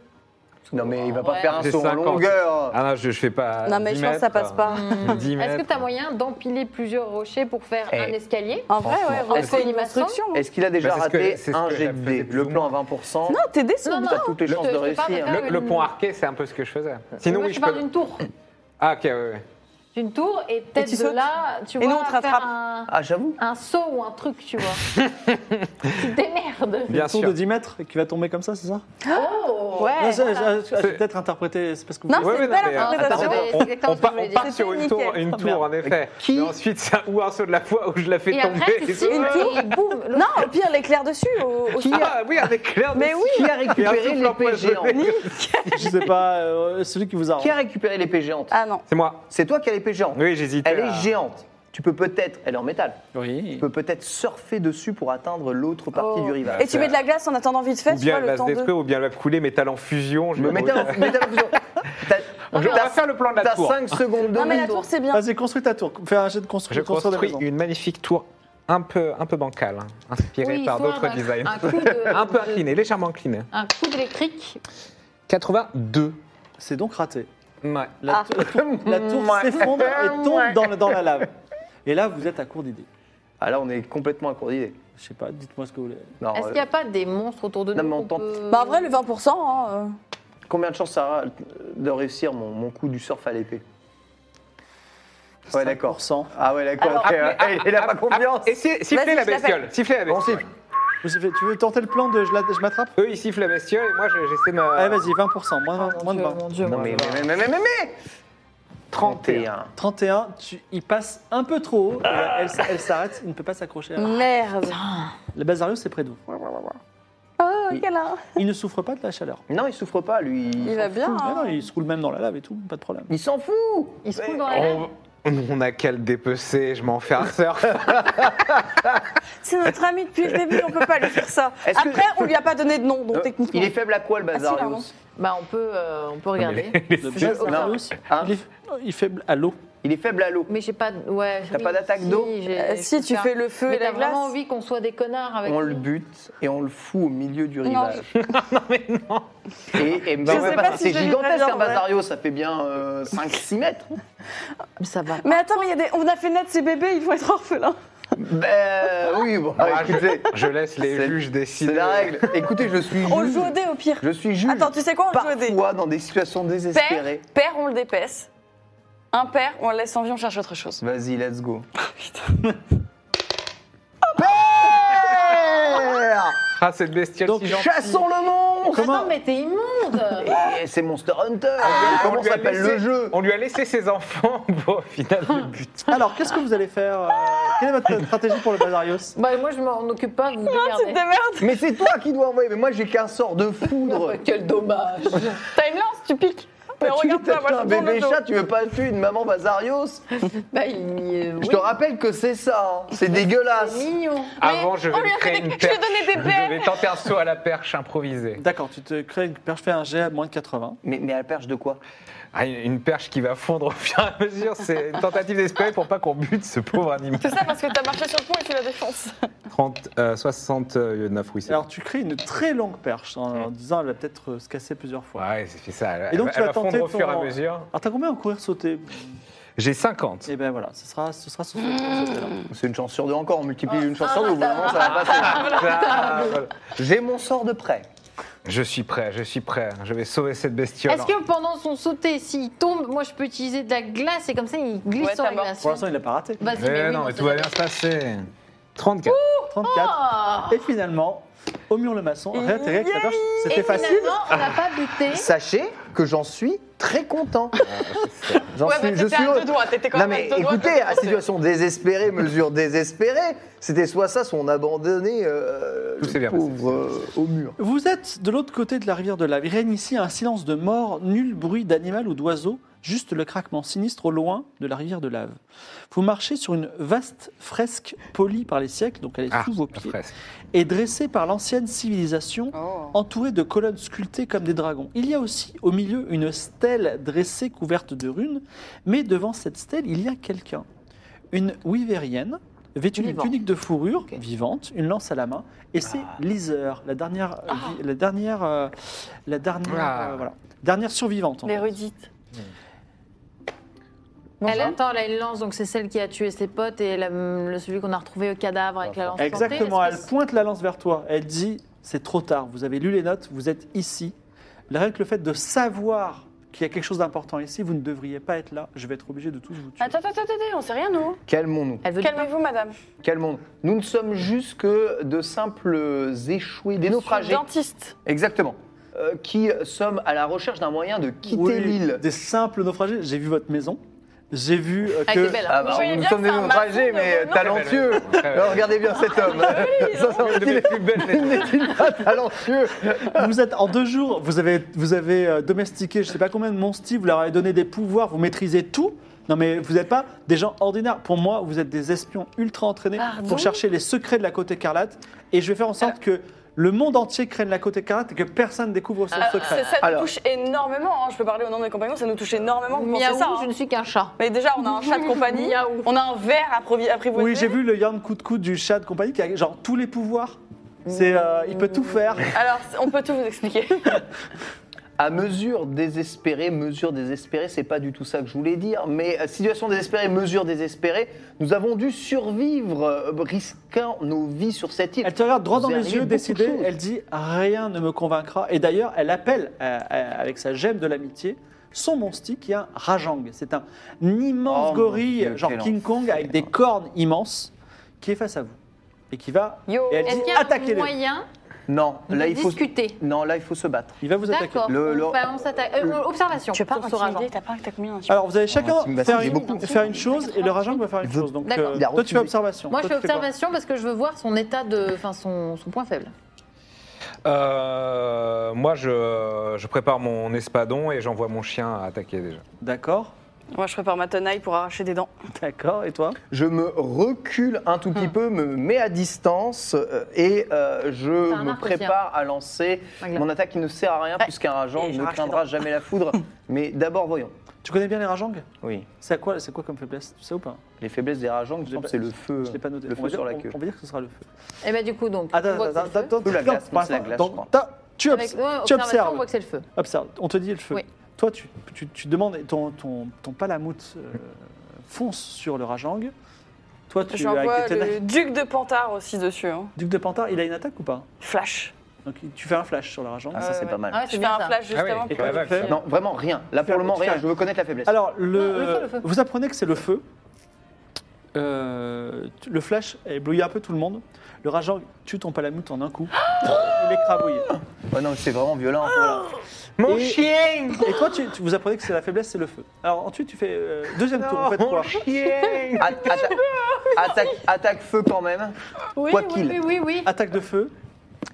E: Non, mais il va pas
D: Ouais.
E: faire un
C: J'ai
E: saut en
C: 50.
E: longueur.
C: Ah non, je, je fais pas.
B: Non, mais
C: 10
B: je pense que ça
C: mètres.
B: passe pas.
C: Dix
D: Est-ce que
C: mètres.
D: t'as moyen d'empiler plusieurs rochers pour faire
E: Eh.
D: un escalier
B: En vrai,
E: Franchement,
B: ouais,
E: est-ce
B: refais
D: que-
B: une instruction. hein.
E: Est-ce qu'il a déjà
C: Bah, c'est ce que-
E: raté
C: c'est ce
E: un
C: que
E: jet
C: la
E: de
C: faisait
E: dés
C: plus
E: Le
C: ou
E: plan à
C: moins.
E: 20%.
B: Non, t'es déçu.
D: Non, non,
E: T'as toutes les
D: je
E: chances
D: te-
E: de
D: je te parle
E: réussir.
D: d'un-
C: Le, le pont arqué, c'est un peu ce que je faisais. Sinon,
D: Moi,
C: oui,
D: je
C: je
D: parle
C: peux.
D: d'une tour.
C: Ah, ok, ouais, ouais.
D: D'une tour et
B: tu
D: peut-être de
B: sautes.
D: là, tu
B: Et
D: vois,
B: nous, on te
D: faire
B: rattrape.
D: un,
E: Ah, j'avoue.
D: un saut ou un truc, tu vois. tu te démerdes.
C: Bien
A: Tour
C: sûr.
A: de 10 mètres et qui va tomber comme ça, c'est ça
B: Ouais.
D: Eh,
A: Non, c'est- c'est- c'est- J'ai peut-être interprété, c'est parce que vous...
B: Non,
C: Ouais,
B: c'est
C: ouais, non,
B: une belle
C: mais,
D: Attends,
B: interprétation.
C: Pardon,
D: c'est exactement
C: on,
D: ce que
C: part-
D: je voulais
C: on
D: dire.
C: part sur une
B: C'était
C: tour,
B: nickel.
C: une
A: Trop bien.
C: tour en effet.
E: Qui-
C: Mais ensuite, ça, ou un saut de la fois où je la fais
D: Et
C: tomber.
D: après, tu signes
B: Une
D: et boum, l'autre
B: Non, au pire, l'éclair dessus. Au, au sol.
C: Ah oui, avec Claire.
B: Mais oui.
E: Qui a récupéré l'épée géante
A: Je sais pas, euh, celui qui vous a...
E: Qui a récupéré l'épée géante
B: Ah non.
C: C'est moi.
E: C'est toi qui as l'épée géante.
C: Oui, j'hésitais.
E: Elle
C: à-
E: est géante. Tu peux peut-être, elle est en métal,
A: Oui.
E: tu peux peut-être surfer dessus pour atteindre l'autre partie
B: Oh.
E: du rivage.
B: Et tu mets de la glace en attendant vite fait,
C: Ou
B: tu
C: bien
B: vois,
C: elle
B: le
C: va se
B: temps de.
C: détruire, ou bien elle va couler métal en fusion. Je
E: Mais
C: me
E: métal en métal en fusion. T'as-
C: On va faire le plan de la
E: T'as
C: tour.
E: 5 secondes de
B: Non, mais la
E: retour.
B: tour, c'est bien.
A: Vas-y, construis ta tour. Fais un jet de construire,
C: Je
A: construire
C: construis
A: des maisons.
C: une magnifique tour un peu, un peu bancale, hein, inspirée
D: Oui,
C: par
D: soit
C: d'autres
D: un-
C: designs.
D: un coup de-
C: Un peu
D: de-
C: inclinée, légèrement inclinée.
D: Un coup d'électrique.
C: 82.
A: C'est donc raté.
C: Ouais.
D: Ah.
A: La, tour- la tour s'effondre et tombe dans, le- dans la lave. Et là, vous êtes à court d'idées.
E: Ah là, on est complètement à court d'idées.
A: Je sais pas, dites-moi ce que vous voulez.
C: Oh,
E: Non,
D: Est-ce
E: euh,
D: qu'il n'y a pas des monstres autour de
E: Non,
D: nous
E: mais on
D: qu'on
E: tente.
D: peut-
B: Bah, en vrai, le 20%, hein,
E: Combien de chances ça a de réussir mon, mon coup du surf à l'épée Ouais,
A: 5%.
E: d'accord. Ah ouais, d'accord. ok, euh, hey, il a pas confiance.
C: Et si- sifflez
B: Vas-y,
C: la
B: je l'appelle.
C: bestiole. Sifflez la
E: On
C: bestiole.
E: siffle.
A: Vous savez, tu veux tenter le plan de je, la- je m'attrape
C: Eux, ils sifflent la bestiole et moi, je- j'essaie de me.
A: Allez, vas-y, 20%, moins,
D: Ah,
A: de-
D: mon
A: moins de
D: Dieu,
A: 20.
D: mon Dieu,
E: Non,
D: mon
E: mais,
D: Dieu.
E: mais, mais, mais, mais, mais 31.
A: 31, tu, il passe un peu trop haut, et elle, s- elle s'arrête, il ne peut pas s'accrocher. à
B: euh,
A: la-
B: Merde.
A: Le Basarius est près de vous.
B: Oh, quel un.
A: Il ne souffre pas de la chaleur.
E: Non, il souffre pas, lui.
B: Il va bien.
A: Ah
B: hein.
A: non, il se roule même dans la lave et tout, pas de problème.
E: Il s'en fout
D: Il se
E: Mais-
D: coule dans la lave.
C: On- On a qu'à le dépecer, je m'en fais un surf.
B: C'est notre ami depuis le début, on peut pas lui faire ça.
E: Est-ce que-
B: Après, on lui a pas donné de nom, donc
E: Euh,
B: techniquement.
E: Il est faible à quoi le
B: Ah, si, pardon.
E: Bazarius
D: Bah, on peut, euh, on peut regarder.
A: Le
D: Je-
A: best-
D: non.
A: Darius,
E: Hein
A: il, est, il est faible à l'eau.
E: Il est faible à l'eau.
D: Mais j'ai pas. de- Ouais.
E: T'as
D: oui,
E: pas d'attaque
D: si,
E: d'eau
D: j'ai-
B: Euh,
D: je
B: si
D: peux
B: tu
D: faire-
B: fais le feu
D: Mais
B: et la
D: t'as
B: glace.
D: vraiment envie qu'on soit des connards avec.
E: On le
D: nous
E: bute et on le fout au milieu du
B: Non,
E: rivage. Et, ben et
B: Je sais pas si
E: c'est
B: je l'ai
E: gigantesque
B: bien,
E: un Bazarius, ça fait bien 5-6 mètres.
D: Mais ça va.
B: Mais attends, mais il y a des... on a fait naître ces bébés, ils vont être orphelins.
E: ben oui, bon,
C: Ah,
E: écoutez,
C: Je laisse les
E: C'est-
C: juges décider.
E: c'est la règle. Écoutez, je suis
B: On le
E: juge.
B: joue au dé au pire.
E: Je suis juge.
B: Attends, tu sais quoi On le joue au dé.
E: Parfois dans des situations désespérées.
B: Père, on le dépaisse. Un père, on le laisse en vie, on cherche autre chose.
E: Vas-y, let's go.
B: Ah, putain.
E: Père
C: Ah, cette bestiole
A: Donc,
C: si gentille.
E: Chassons le monstre
A: Comment-
D: Attends, mais t'es immonde
E: Et C'est Monster Hunter
B: Ah,
C: On
E: Comment
C: lui a
E: s'appelle
C: laissé-
E: le jeu
C: On lui a laissé ses enfants. Bon, au final, le but.
A: Alors, qu'est-ce que vous allez faire euh, Quelle est votre stratégie pour le Bazarius
D: Bah, moi, je m'en occupe pas, vous
B: Tu te
D: regardez.
B: démerdes
E: Mais c'est toi qui dois envoyer, mais moi j'ai qu'un sort de foudre
D: Oh, Quel dommage
B: T'as une lance, tu piques. Ah, Mais
E: Bah, Tu
B: regarde
E: t'as
B: pas, moi
E: un
B: je te tourne le
E: bébé
B: dos.
E: chat, tu veux pas tuer une maman Bazarios
D: Bah, il. euh,
E: Je
D: oui,
E: te rappelle que c'est ça, hein. c'est
D: c'est
E: dégueulasse.
D: mignon.
C: Avant, je
B: on
C: vais
B: lui
C: lui
B: a fait
C: créer
B: des-
C: une
B: je lui ai
C: perche.
B: donné des
C: Je vais
B: perches.
C: tenter un saut à la perche improvisée.
A: D'accord, tu te crées une perche, fais un jet à moins de 80.
E: Mais, mais à la perche de quoi
C: Ah, une- une perche qui va fondre au fur et à mesure. C'est une tentative d'espérer pour pas qu'on bute ce pauvre animal.
B: C'est ça parce que t'as marché sur le pont et tu la défenses.
C: 30, euh, 69, oui, c'est
A: Alors, tu crées une très longue perche en, en disant elle va peut-être euh, se casser plusieurs
C: bon.
A: fois.
C: Ouais, c'est fait ça. Elle,
A: Et donc,
C: elle
A: tu vas
C: va
A: tenter
C: fondre au
A: ton-
C: fur et à mesure.
A: Alors, t'as combien en courir sauter
C: J'ai 50.
A: Et ben voilà, ce sera, ce sera sur ce sauter là.
E: C'est une chance sur deux encore, on multiplie
B: Oh.
E: une chance sur
D: ah,
E: deux, au bout d'un
D: ça
E: moment, ça va passer.
C: Ah, voilà.
E: J'ai mon sort de prêt.
C: Je suis prêt, je suis prêt. Je vais sauver cette bestiole.
D: Est-ce que pendant son sauté, s'il tombe, moi je peux utiliser de la glace et comme ça il glisse
B: Ouais,
D: sur
B: t'as
D: la
B: mort.
D: glace
A: Pour l'instant, il n'a pas raté.
D: Vas-y,
C: Eh
D: mais oui,
C: non,
D: bon,
C: mais
D: c'est
C: tout va
D: pas-
C: bien se passer. 34.
A: 34.
D: Ah
A: Et finalement, au mur le maçon, réatterrit avec la perche. C'était
D: Et
A: facile.
D: finalement, on n'a pas buté.
E: Sachez que j'en suis très content.
B: Ah,
E: J'en
B: Ouais,
E: suis,
B: mais
E: je
B: t'étais
E: suis
B: à deux doigts, t'étais quand
E: Non
B: même à
E: mais
B: deux doigts. de
E: écoutez, à
B: défoncer.
E: situation désespérée, mesure désespérée, c'était soit ça, soit on abandonnait euh,
C: Tout s'est
E: le
C: bien passé,
E: pauvre euh, au mur.
A: Vous êtes de l'autre côté de la rivière de lave. Il règne ici un silence de mort, nul bruit d'animal ou d'oiseau, juste le craquement sinistre au loin de la rivière de lave. Vous marchez sur une vaste fresque polie par les siècles, donc elle est
C: Ah,
A: sous vos
C: la
A: pieds,
C: presse.
A: et dressée par l'ancienne civilisation,
B: Oh.
A: entourée de colonnes sculptées comme des dragons. Il y a aussi au milieu une stèle dressée couverte de runes, mais devant cette stèle, il y a quelqu'un. Une wyvérienne, vêtue d'une
D: Vivant.
A: tunique de fourrure, vivante, une lance à la main, et c'est Liseur, la dernière, vi- la dernière, euh, la dernière,
C: Ah.
A: euh, voilà, dernière survivante. en fait.
B: L'érudite.
A: Hmm.
D: Elle attend, elle a une lance, donc c'est celle qui a tué ses potes et la- le- celui qu'on a retrouvé au cadavre avec la lance. plantée.
A: Exactement, elle
D: Est-ce que-
A: pointe la lance vers toi, elle dit, c'est trop tard, vous avez lu les notes, vous êtes ici. Rien que le fait de savoir qu'il y a quelque chose d'important ici, vous ne devriez pas être là, je vais être obligé de tous vous tuer.
B: Attends, attends, attends, attends, on sait rien, nous.
E: Calmons-nous,
D: Elle veut
B: Calmez-vous, madame.
E: calmons-nous. Nous ne sommes juste que de simples échoués, des naufragés.
B: Dentiste.
E: Exactement. Euh, qui sommes à la recherche d'un moyen de quitter
A: Oui,
E: l'île.
A: Des simples naufragés. J'ai vu votre maison. J'ai vu euh,
D: Ah,
A: que.
D: c'est belle.
E: Ah
D: hein.
E: bah,
B: Vous voyez
E: nous
B: bien
E: sommes
B: que
E: des
B: c'est un maçon de
E: naufragés, mais euh,
B: renom.
E: talentueux.
C: Très belle.
E: Alors, regardez bien cet homme. Ça, ça,
C: Une de mes plus belles
E: il n'est-il pas talentueux
A: vous êtes en deux jours. Vous avez, vous avez euh, domestiqué, je sais pas combien de monstres. Vous leur avez donné des pouvoirs. Vous maîtrisez tout. Non mais vous n'êtes pas des gens ordinaires. Pour moi, vous êtes des espions ultra entraînés
B: Pardon
A: pour chercher les secrets de la côte écarlate. Et je vais faire en
B: Ah.
A: sorte que le monde entier craigne la côte écarlate et que personne découvre son
B: Ah,
A: secret.
B: c'est- ça nous
E: Alors.
B: touche énormément. hein. Je peux parler au nom de mes compagnons, ça nous touche énormément. Vous pensez
D: Miaou,
B: ça hein.
D: je ne suis qu'un chat.
B: Mais déjà, on a un chat de compagnie.
D: Miaou.
B: on a un verre à provi- apprivoiser.
A: Oui, j'ai vu le yarn coup de coude du chat de compagnie qui a genre tous les pouvoirs. C'est, euh, il peut tout faire.
B: Alors, c- on peut tout vous expliquer.
E: À mesure désespérée, mesure désespérée, c'est pas du tout ça que je voulais dire, mais euh, situation désespérée, mesure désespérée, nous avons dû survivre, euh, risquant nos vies sur cette île.
A: Elle te regarde droit
E: Vous
A: dans
E: avez
A: les yeux,
E: beaucoup de
A: décidée.
E: choses.
A: Elle dit rien ne me convaincra. Et d'ailleurs, elle appelle euh, euh, avec sa gemme de l'amitié son monstie qui est un rajang. C'est un immense
E: Oh mon
A: gorille,
E: Dieu,
A: genre
E: quel
A: King Kong, avec des cornes immenses, qui est face à vous et qui va.
B: Yo.
A: et elle
D: Est-ce
A: dit
D: qu'il y a un
A: attaquez-le.
D: moyen
E: Non, là
D: de
E: il faut
D: discuter
E: Non, là il faut se battre.
A: Il va vous attaquer.
D: D'accord.
E: Le-
D: on-
E: le-
D: bah, on s'attaque. Euh,
E: le-
D: observation.
B: Tu veux pas
D: sur ce rajang.
B: intimider T'as pas t'as combien
A: Alors vous allez chacun
E: Intimidation,
A: faire
E: c'est
A: une,
E: beaucoup.
A: faire une chose et le rajang va faire une chose. Donc
D: D'accord.
A: euh,
E: Il a
A: toi tu fais
E: refusé.
A: observation.
D: Moi, je
A: Toi,
D: fais
A: tu quoi
D: observation parce que je veux voir son état de, enfin, son, son point faible.
C: Euh, moi, je, je prépare mon espadon et j'envoie mon chien à attaquer déjà.
A: D'accord.
B: Moi, je prépare ma tenaille pour arracher des dents.
A: D'accord, et toi
E: Je me recule un tout petit
A: Hum.
E: peu, me mets à distance euh, et euh, je
D: T'as un
E: me
D: arc au tir.
E: prépare à lancer
D: Magla.
E: mon attaque qui ne sert à rien
B: Ouais.
E: puisqu'un rageant
B: Et je
E: ne
B: rage
E: craindra jamais la foudre. Mais d'abord, voyons.
A: Tu connais bien les rajangs
E: Oui.
A: C'est à quoi, c'est quoi comme faiblesse Tu sais ou pas
E: Les faiblesses des rageants,
A: Je
E: je
A: l'ai
E: pense,
A: pas-
E: c'est le feu,
A: Je l'ai pas noté.
E: le
A: on, va
E: feu sur
A: dire,
E: la
A: on-
E: queue.
A: on va dire que ce sera le feu.
D: Et bah du coup, donc. on
A: Attends,
D: voit que
A: attends,
D: c'est le
A: attends,
D: feu.
A: attends,
E: Ou la
A: non,
E: glace,
A: pour
E: moi, c'est la
A: l'instant,
E: glace,
A: dans-
E: je crois.
A: t'as- Tu
D: Avec- ouais,
A: observes. Tu
D: observation, on
A: observes.
D: voit que c'est le feu.
A: Observe, on te dit le feu.
D: Oui.
A: Toi, tu, tu- tu demandes, ton, ton, ton palamoute euh, fonce sur le rajang. Toi, tu
B: J'envoie
A: tes
B: le
A: tenailles-
B: duc de Pantard aussi dessus. hein.
A: Duc de Pantard, il a une attaque ou pas
B: Flash.
A: Donc, tu fais un flash sur le rajang.
E: Ah, ça, c'est
B: ouais.
E: pas mal.
D: Ah ouais,
B: Je
D: c'est
B: fais
D: bien
B: un
D: ça.
B: flash juste
C: Ah oui,
B: avant.
C: et
B: pour-
C: ouais, ouais, c'est-
E: Non, vraiment rien. Là, pour le moment, rien. Je veux connaître la faiblesse.
A: Alors, le,
D: Non, le feu, le feu.
A: vous apprenez que c'est le feu. Euh, tu- le flash a ébloui un peu tout le monde. Le rajang tue ton palamoute en un coup. il est crabouillé.
E: Oh non, c'est vraiment violent.
A: Ah
E: voilà.
C: Mon
A: Et-
C: chien
A: Et toi, tu, tu- vous apprenez que c'est la faiblesse, c'est le feu. Alors ensuite, tu fais euh, deuxième tour. Vous faites
C: Mon
A: quoi
C: chien
E: Atta- atta- attaque, attaque feu quand même.
D: Oui,
E: Quoi
D: oui,
E: qu'il.
D: oui, oui, oui.
A: Attaque de feu,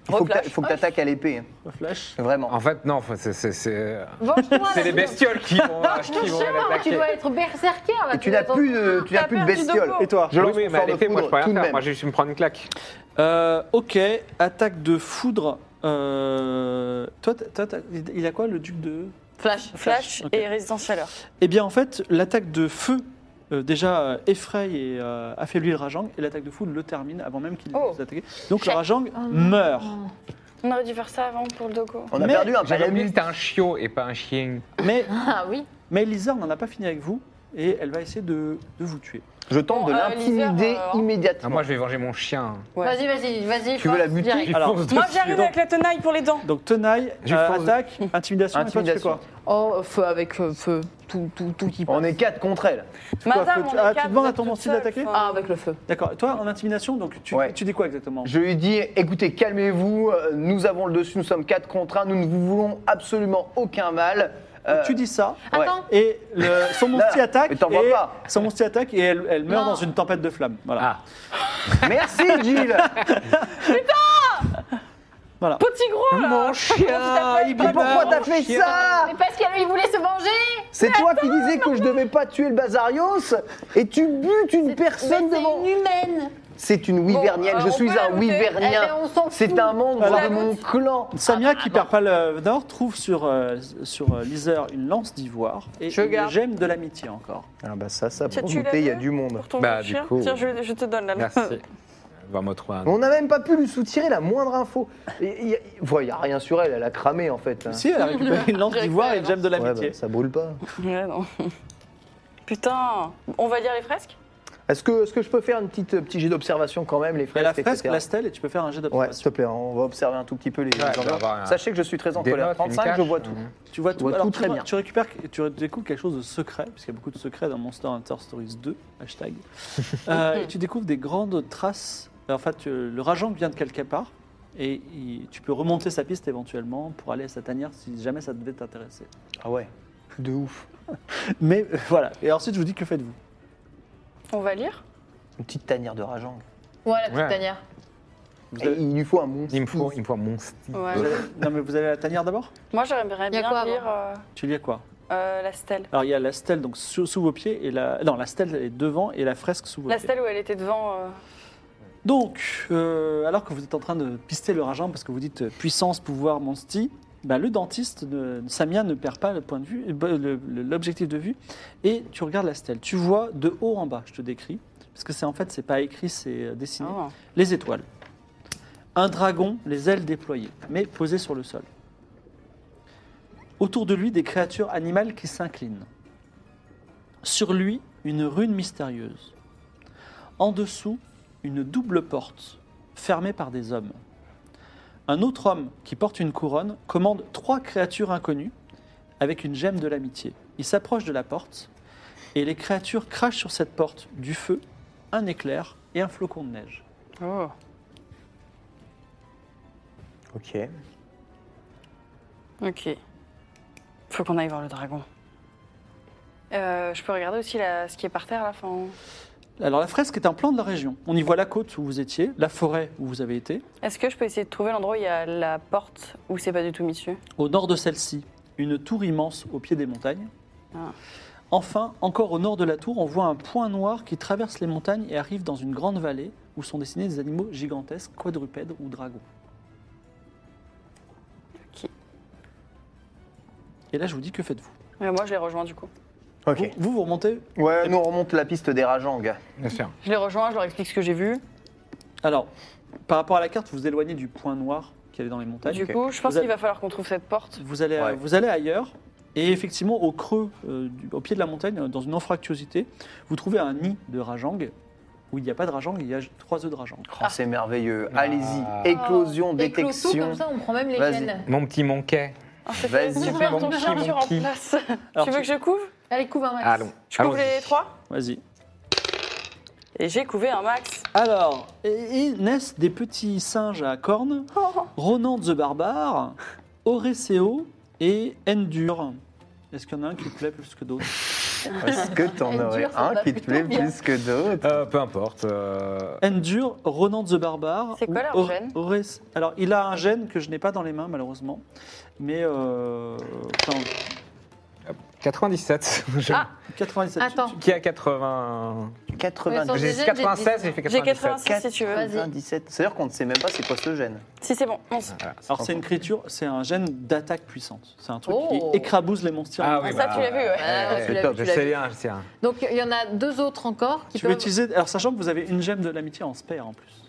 E: Il faut que t'a- faut que t'attaques à l'épée. hein.
A: flash.
E: Vraiment.
C: En fait, non, faut- c'est- c'est- c'est
D: Venge-toi,
C: c'est les
D: là,
C: bestioles qui vont qui vont
D: Venge-toi, tu
C: l'attaquer.
D: dois être berserker là.
E: Et tu n'as
D: dois-
E: plus de, tu n'as
B: T'as
E: plus de
B: perdu de
E: bestiole.
B: peau.
A: Et toi
E: Je
C: Oui,
E: lance
C: oui,
E: mon
C: mais à
E: sort de
C: l'épée, moi je peux
E: foudre, tout
C: rien
E: de
C: faire.
E: même.
C: Moi j'ai juste me prendre une claque.
A: Euh, ok, attaque de foudre. Euh, toi, t'as- toi, t'as- il a quoi le duc de
D: Flash.
B: Flash
A: Ok.
B: et résistance chaleur.
A: Eh bien, en fait, l'attaque de feu euh, déjà euh, effraie et euh, affaiblit le Rajang, et l'attaque de foudre le termine avant même qu'il
B: Oh.
A: vous attaque. Donc
D: Chef.
A: le Rajang meurt.
B: On aurait dû faire ça avant pour le dogo.
E: On a
A: Mais-
E: perdu un
C: J'avais oublié que
E: palamute.
C: c'était un chiot et pas un chien.
A: Mais,
D: Ah oui.
A: mais Lizard n'en a pas fini avec vous, et elle va essayer de, de vous tuer.
E: Je tente de
B: Bon, euh,
E: l'intimider
B: Lisa, euh,
C: Ah,
E: immédiatement.
C: moi je vais venger mon chien.
B: Ouais.
D: Vas-y, vas-y, vas-y.
E: Tu veux la
D: force,
E: buter
D: direct.
A: Alors,
C: Fonce
B: Moi,
C: dessus.
B: j'arrive avec la tenaille pour les dents.
A: Donc tenaille,
C: J'ai
A: euh,
C: force de-
A: attaque, intimidation, et toi, tu fais
E: Intimidation.
A: quoi
D: Oh, feu avec euh, feu. Tout, tout, tout qui passe.
E: On est quatre contre elle.
B: Madame,
A: feu-
B: on est
A: ah, tu
B: quatre,
A: demandes
B: vous
A: à
B: êtes
A: ton
B: toute
A: menti
B: seule,
A: d'attaquer
B: enfin.
D: Ah, avec le feu.
A: D'accord, toi en intimidation, donc tu,
E: Ouais.
A: tu dis quoi exactement
E: Je lui dis, écoutez, calmez-vous, euh, nous avons le dessus, nous sommes quatre contre un, nous ne vous voulons absolument aucun mal. Euh,
A: Tu dis ça,
E: ouais.
D: Attends.
A: et le- son monstie
E: Là,
A: attaque,
E: mais t'en vois
A: et,
E: pas.
A: son monstie attaque et elle, elle meurt
D: Non.
A: dans une tempête de flammes. Voilà.
C: Ah,
E: Merci Gilles
A: voilà.
B: Petit gros, là
C: mon chien il
E: Mais pourquoi t'as fait
C: Chien.
E: ça
D: Mais parce qu'il voulait se venger
E: C'est toi qui disais que je devais pas tuer le Bazarios et tu butes une personne
D: Mais
E: devant.
D: C'est une humaine
E: C'est une wyvernienne,
B: euh,
E: je
B: on
E: suis
B: peut
E: un
B: l'ajouter.
D: Eh ben,
E: wyvernien.
D: on s'en
E: C'est
D: fout.
E: un membre
B: Voilà.
E: de mon clan.
A: Samia, qui perd pas le nord, trouve sur, euh, sur euh, Lyser une lance d'ivoire et
D: Je
A: une
D: garde.
A: gemme de l'amitié encore.
E: Ah bah ça, ça,
B: Tiens,
E: pour
B: tu l'as
E: goûter, il y a
B: vu
E: du
A: Mmh.
E: monde.
B: Pour ton
C: Bah,
B: chien.
C: du coup.
B: Tiens, je, je te donne la lance.
C: Merci. Va me trouver un.
E: On n'a même pas pu lui soutirer la moindre info. Il n'y a, rien sur elle, elle a cramé en fait. hein.
A: Si, elle a récupéré une lance d'ivoire et une gemme de
E: Ouais,
A: l'amitié.
E: bah, ça brûle pas.
B: Ouais, non. Putain, on va lire les fresques
E: Est-ce que, est-ce que je peux faire un petit, euh, petit jet d'observation quand même, les
A: Et
E: frères
A: la fresque, la stèle, et tu peux faire un jet
E: Ouais, s'il te
A: d'observation.
E: plaît, hein, on va observer un tout petit peu les
C: Ouais,
E: les
C: je vais avoir un-
E: Sachez que je suis très en
C: Des
E: colère.
C: notes, une
E: 35,
C: cache,
E: je vois tout.
C: hein.
A: tu vois
E: je
A: tout,
E: vois
A: Alors,
E: tout
A: tu
E: très
A: vois-
E: bien.
A: Tu récupères, tu découvres quelque chose de secret, parce qu'il y a beaucoup de secrets dans Monster Hunter Stories 2, hashtag. Euh, et tu découvres des grandes traces. En fait, tu- le rageant vient de quelque part, et il- tu peux remonter sa piste éventuellement pour aller à sa tanière si jamais ça devait t'intéresser.
E: Ah ouais, de ouf.
A: Mais euh, voilà. Et ensuite, je vous dis que faites-vous.
B: On va lire
E: Une petite tanière de rageant.
D: Ouais, la petite
C: Ouais.
D: tanière.
A: Vous
E: Et
A: allez-
E: Il lui faut un monstre.
C: Il me faut, il me faut mon style.
B: Ouais.
A: vous allez- non, mais vous allez à la tanière d'abord
B: Moi, j'aimerais
D: Y a
B: bien
D: quoi avant
B: lire euh,
A: Tu lis à quoi
B: euh, la stèle.
A: Alors, il y a la stèle donc, sous, sous vos pieds, et la... non, la stèle est devant, et la fresque sous vos
B: La
A: pieds.
B: stèle où elle était devant. euh,
A: Donc, euh, alors que vous êtes en train de pister le rageant parce que vous dites euh, puissance, pouvoir, monsti, bah, le dentiste, de, Samia, ne perd pas le point de vue, euh, bah, le- le- l'objectif de vue, et tu regardes la stèle. Tu vois de haut en bas, je te décris, parce que c'est en fait, c'est pas écrit, c'est euh,
C: Mmh.
A: dessiné,
B: oh.
A: les étoiles. Un dragon, les ailes déployées, mais posé sur le sol. Autour de lui, des créatures animales qui s'inclinent. Sur lui, une rune mystérieuse. En dessous, une double porte, fermée par des hommes. Un autre homme qui porte une couronne commande trois créatures inconnues avec une gemme de l'amitié. Il s'approche de la porte et les créatures crachent sur cette porte du feu, un éclair et un flocon de neige.
B: Oh.
E: Ok.
B: Ok. Faut qu'on aille voir le dragon. Euh, je peux regarder aussi la- ce qui est par terre là. Enfin,
A: Alors la fresque est un plan de la région. On y voit la côte où vous étiez, la forêt où vous avez été.
B: Est-ce que je peux essayer de trouver l'endroit où il y a la porte où c'est pas du tout mis dessus
A: Au nord de celle-ci, une tour immense au pied des montagnes.
B: Ah.
A: Enfin, encore au nord de la tour, on voit un point noir qui traverse les montagnes et arrive dans une grande vallée où sont dessinés des animaux gigantesques, quadrupèdes ou dragons.
B: Ok.
A: Et là, je vous dis, que faites-vous
B: Mais Euh, moi, je les rejoins du coup.
E: Ok.
A: vous, vous, vous remontez
E: Ouais, nous on remonte la piste des Rajang.
C: Bien sûr.
B: Je les rejoins, je leur explique ce que j'ai vu.
A: Alors, par rapport à la carte, vous vous éloignez du point noir qui est dans les montagnes.
B: Du
E: ok.
B: coup, je pense
A: Vous
B: qu'il va falloir qu'on trouve cette porte.
A: Vous allez,
E: Ouais.
A: vous allez ailleurs, et effectivement, au creux, euh, du- au pied de la montagne, euh, dans une anfractuosité, vous trouvez un nid de Rajang, où il n'y a pas de Rajang, il y a trois œufs de Rajang.
E: Oh, c'est merveilleux.
C: Ah.
E: Allez-y. Éclosion,
D: Éclos tout,
E: détection.
D: Oh. comme ça, on prend même les
E: Vas-y.
D: gènes.
C: Mon petit monquet.
B: Ah, c'est
E: Vas-y.
B: fait, super
C: Mon
B: ton
C: petit
B: chargeur en
C: monkey.
B: place.
A: Alors,
B: tu veux que je couvre
D: Allez, couvre un max.
C: Allons.
B: Je couvre
C: allons-y.
B: les trois
A: Vas-y.
B: Et j'ai couvé un max.
A: Alors, et- et naissent des petits singes à cornes, Ronan the Barbare, Oreseo et Endur. Est-ce qu'il y en a un qui te plaît plus que d'autres
E: Est-ce que t'en
D: Elle
E: aurais
D: dure, ça
E: un
D: va
E: qui te
D: plutôt
E: plaît
D: bien.
E: plus que d'autres
C: Euh, peu importe. euh,
A: Endur, Ronan the Barbare.
B: C'est quoi
A: ou
B: leur
A: Or-
B: gène
A: Ores- Alors, il a un gène que je n'ai pas dans les mains, malheureusement. Mais. Euh, enfin,
C: 97. Je-
B: Ah.
A: 97.
D: Attends.
C: Qui a 80
D: Sans
E: 97.
D: gêne,
C: J'ai
D: j'ai
C: 96, j'ai fait 97.
B: J'ai 96 si tu veux.
D: Vas-y.
E: 97. C'est-à-dire qu'on ne sait même pas c'est quoi ce gène.
B: Si c'est bon. on s-
A: Alors, c'est une créature, c'est un gène d'attaque puissante. C'est un truc qui
D: Oh.
A: écrabousse les monstres.
C: Ah oui,
B: Ah, ça, tu l'as vu, ouais.
D: Ouais, tu l'as
E: top,
D: vu, tu
C: Je
D: l'as
C: sais
D: vu.
C: bien, je sais bien.
D: Donc il y en a deux autres encore qui
A: Tu peux
D: peuvent.
A: utiliser. Alors, sachant que vous avez une gemme de l'amitié en spare en plus.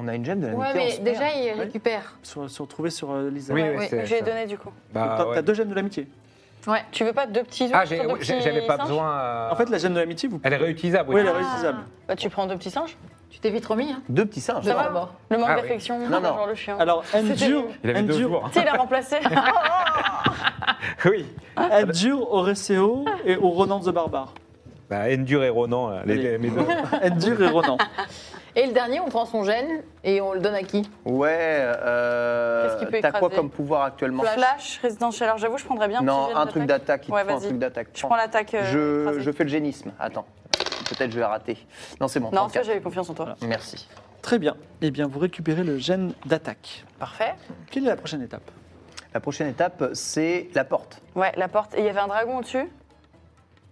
E: On a une gemme de la
D: Ouais,
E: l'amitié, on
D: mais
E: se perd.
D: déjà ils récupèrent.
A: Sur, sur, trouvé sur euh, Lisa.
C: Oui,
A: Donc,
C: oui,
D: oui,
C: c'est.
B: Je l'ai
C: c'est-
B: donné du coup.
C: Bah,
A: T'as
C: ouais.
A: t'as deux gemmes de l'amitié.
D: Ouais.
B: Tu veux pas deux petits œufs
C: Ah,
B: sur
C: j'ai-
B: deux
C: ouais, j'ai-
B: petits
C: j'avais pas
B: singes
C: besoin. euh,
A: En fait, la gemme de l'amitié, vous
C: Elle est réutilisable,
A: Oui, elle est
D: Ah.
A: réutilisable.
B: Bah, tu prends deux petits singes.
D: Tu t'es vite remis. Hein.
E: Deux petits singes.
D: De
B: va.
D: mort.
B: Le manque
C: Ah, oui.
B: d'affection,
E: Non, non.
B: genre le
D: Ah.
B: chien.
A: Alors, Endure,
B: terrible.
C: Il avait deux jours.
B: Tu sais, il a remplacé.
C: Oui.
D: Ah.
A: Endure, Oreseo et au Ronan the Barbare.
C: Bah, Endure et Ronan, euh, les,
A: Allez.
C: les- mes deux.
A: Endure et Ronan.
D: Et le dernier, on prend son gène et on le donne à qui
E: Ouais.
B: Qu'est-ce
E: Euh,
B: qu'il peut
E: T'as quoi
B: écraser
E: comme pouvoir actuellement
B: Flash, résidence chaleur, j'avoue, je prendrais bien un petit
E: Non,
B: jet
E: un truc d'attaque. Il te
B: Ouais,
E: faut un
B: vas-y.
E: truc d'attaque.
B: Je prends l'attaque. euh,
E: Je,
B: écrasée.
E: je fais le génisme. Attends. Peut-être je vais rater. Non, c'est bon.
B: Non, parce que
E: 34.
B: j'avais confiance en toi.
E: Merci.
A: Très bien. Eh bien, vous récupérez le gène d'attaque.
B: Parfait.
A: Quelle est la prochaine étape
E: La prochaine étape, c'est la porte.
B: Ouais, la porte. Et il y avait un dragon au-dessus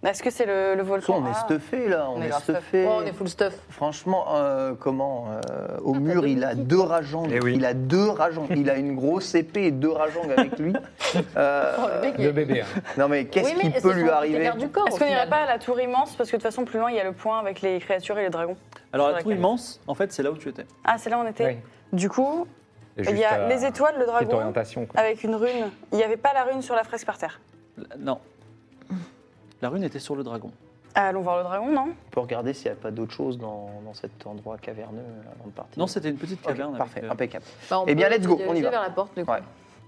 B: Est-ce que c'est le, le volcan
E: Soit on est
B: Ah.
E: stuffé là, on,
B: On est Ah,
E: est
B: grave stuffé.
E: stuffé.
D: Oh, on est full stuff.
E: Franchement, euh, comment euh, Au
D: deux
E: mur, il a
D: petits.
E: deux rajangs.
C: Eh oui.
E: Il a deux rajangs. Il a une grosse épée et deux rajangs avec lui. Euh,
D: Oh, le mec,
C: Le bébé. hein.
E: non mais qu'est-ce
D: Oui, mais
E: qui
D: c'est
E: peut
D: son
E: lui
D: côté
E: arriver
D: garde du corps.
B: Est-ce
D: au
B: qu'on n'irait
D: final.
B: pas à la tour immense Parce que de toute façon, plus loin, il y a le point avec les créatures et les dragons.
A: Alors,
B: Sur
A: la
B: la
A: tour
B: carte.
A: immense, en fait, c'est là où tu étais.
B: Ah, c'est là où on était.
C: Oui.
B: Du coup,
C: Et
B: il
C: juste,
B: y a
C: euh,
B: les étoiles, le
C: Petite
B: dragon,
C: orientation. quoi.
B: avec une rune. Il n'y avait pas la rune sur la fresque par terre.
A: La- Non. La rune était sur le dragon.
B: Ah, allons voir le dragon, non
E: On peut regarder s'il n'y a pas d'autre chose dans, dans cet endroit caverneux euh, avant de partir.
A: Non, c'était une petite
E: Ok,
A: caverne. avec,
E: Parfait,
A: euh,
E: impeccable.
D: Bah, on
E: Eh bien,
D: peut
E: let's go, on y
D: diriger
E: va.
D: vers la porte, du coup.
E: Ouais.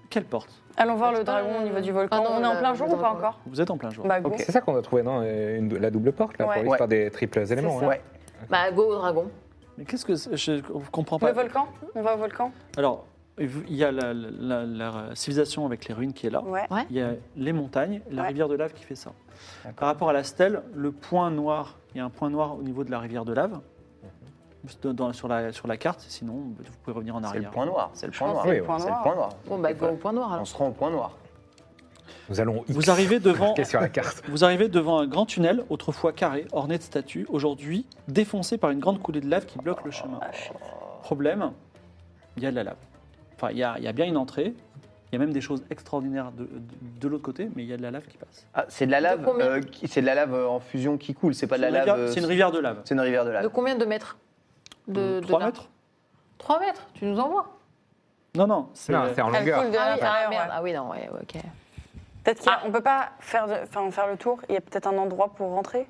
A: Quelle porte
B: Allons voir
D: C'est
B: le
D: pas
B: dragon
D: un-
B: au niveau du volcan.
D: Ah non,
B: on est en
D: la-
B: plein
D: le
B: jour ou pas
D: dragon.
B: encore
A: Vous êtes en plein jour.
B: Bah, go.
E: Ok.
C: C'est ça qu'on a trouvé, non euh, une- La double porte, là,
B: Ouais.
C: pour l'histoire des triples éléments.
B: ça.
C: hein.
E: Ouais.
D: Bah, go au dragon.
A: Mais qu'est-ce que. c'est- Je comprends pas.
B: Le volcan On va au volcan
A: Alors, il y a la, la- la- la civilisation avec les ruines qui est là.
B: Ouais.
A: Il y a les montagnes, la
B: Ouais.
A: rivière de lave qui fait ça.
E: D'accord.
A: Par rapport à la stèle, le point noir, il y a un point noir au niveau de la rivière de lave Dans- dans- sur, la, sur la carte, sinon vous pouvez revenir en
E: Mhm. C'est le
A: arrière.
E: point noir. C'est le
B: Je
E: point
B: pense
E: noir.
B: que c'est
C: oui,
B: le point
E: C'est le
B: noir.
E: point noir.
D: Bon, bah,
E: Et
D: go
E: voilà.
D: au point
B: euh,
D: noir
E: On
D: alors.
E: se rend au point noir.
C: Nous allons X.
A: Vous arrivez devant,
C: Marqué sur la carte.
A: vous arrivez devant un grand tunnel, autrefois carré, orné de statues, aujourd'hui défoncé par une grande coulée de lave qui bloque le chemin. Problème, il y a de la lave. Enfin, il y a, il y a bien une entrée, il y a même des choses extraordinaires de, de- de l'autre côté, mais il y a de la lave qui passe.
E: Ah, c'est de la lave.
D: combien
E: euh, qui- c'est de la lave euh, en fusion qui coule. C'est pas de
A: C'est
E: la
A: une
E: lave.
A: rivière-
E: euh,
A: C'est une rivière de lave.
E: C'est une rivière de
D: De
E: lave.
D: combien de mètres
A: De
D: de,
A: 3
D: de-
A: mètres
D: 3 mètres Tu nous envoies
A: Non, non, c'est
C: Non, c'est en
B: Elle
C: longueur.
B: coule de
D: ah, oui, ah,
B: l'intérieur.
D: merde.
B: ouais.
D: ah oui, non, ouais, ouais, ok.
B: Peut-être qu'on peut pas faire, de- enfin, faire le tour. Il y a peut-être un endroit pour rentrer.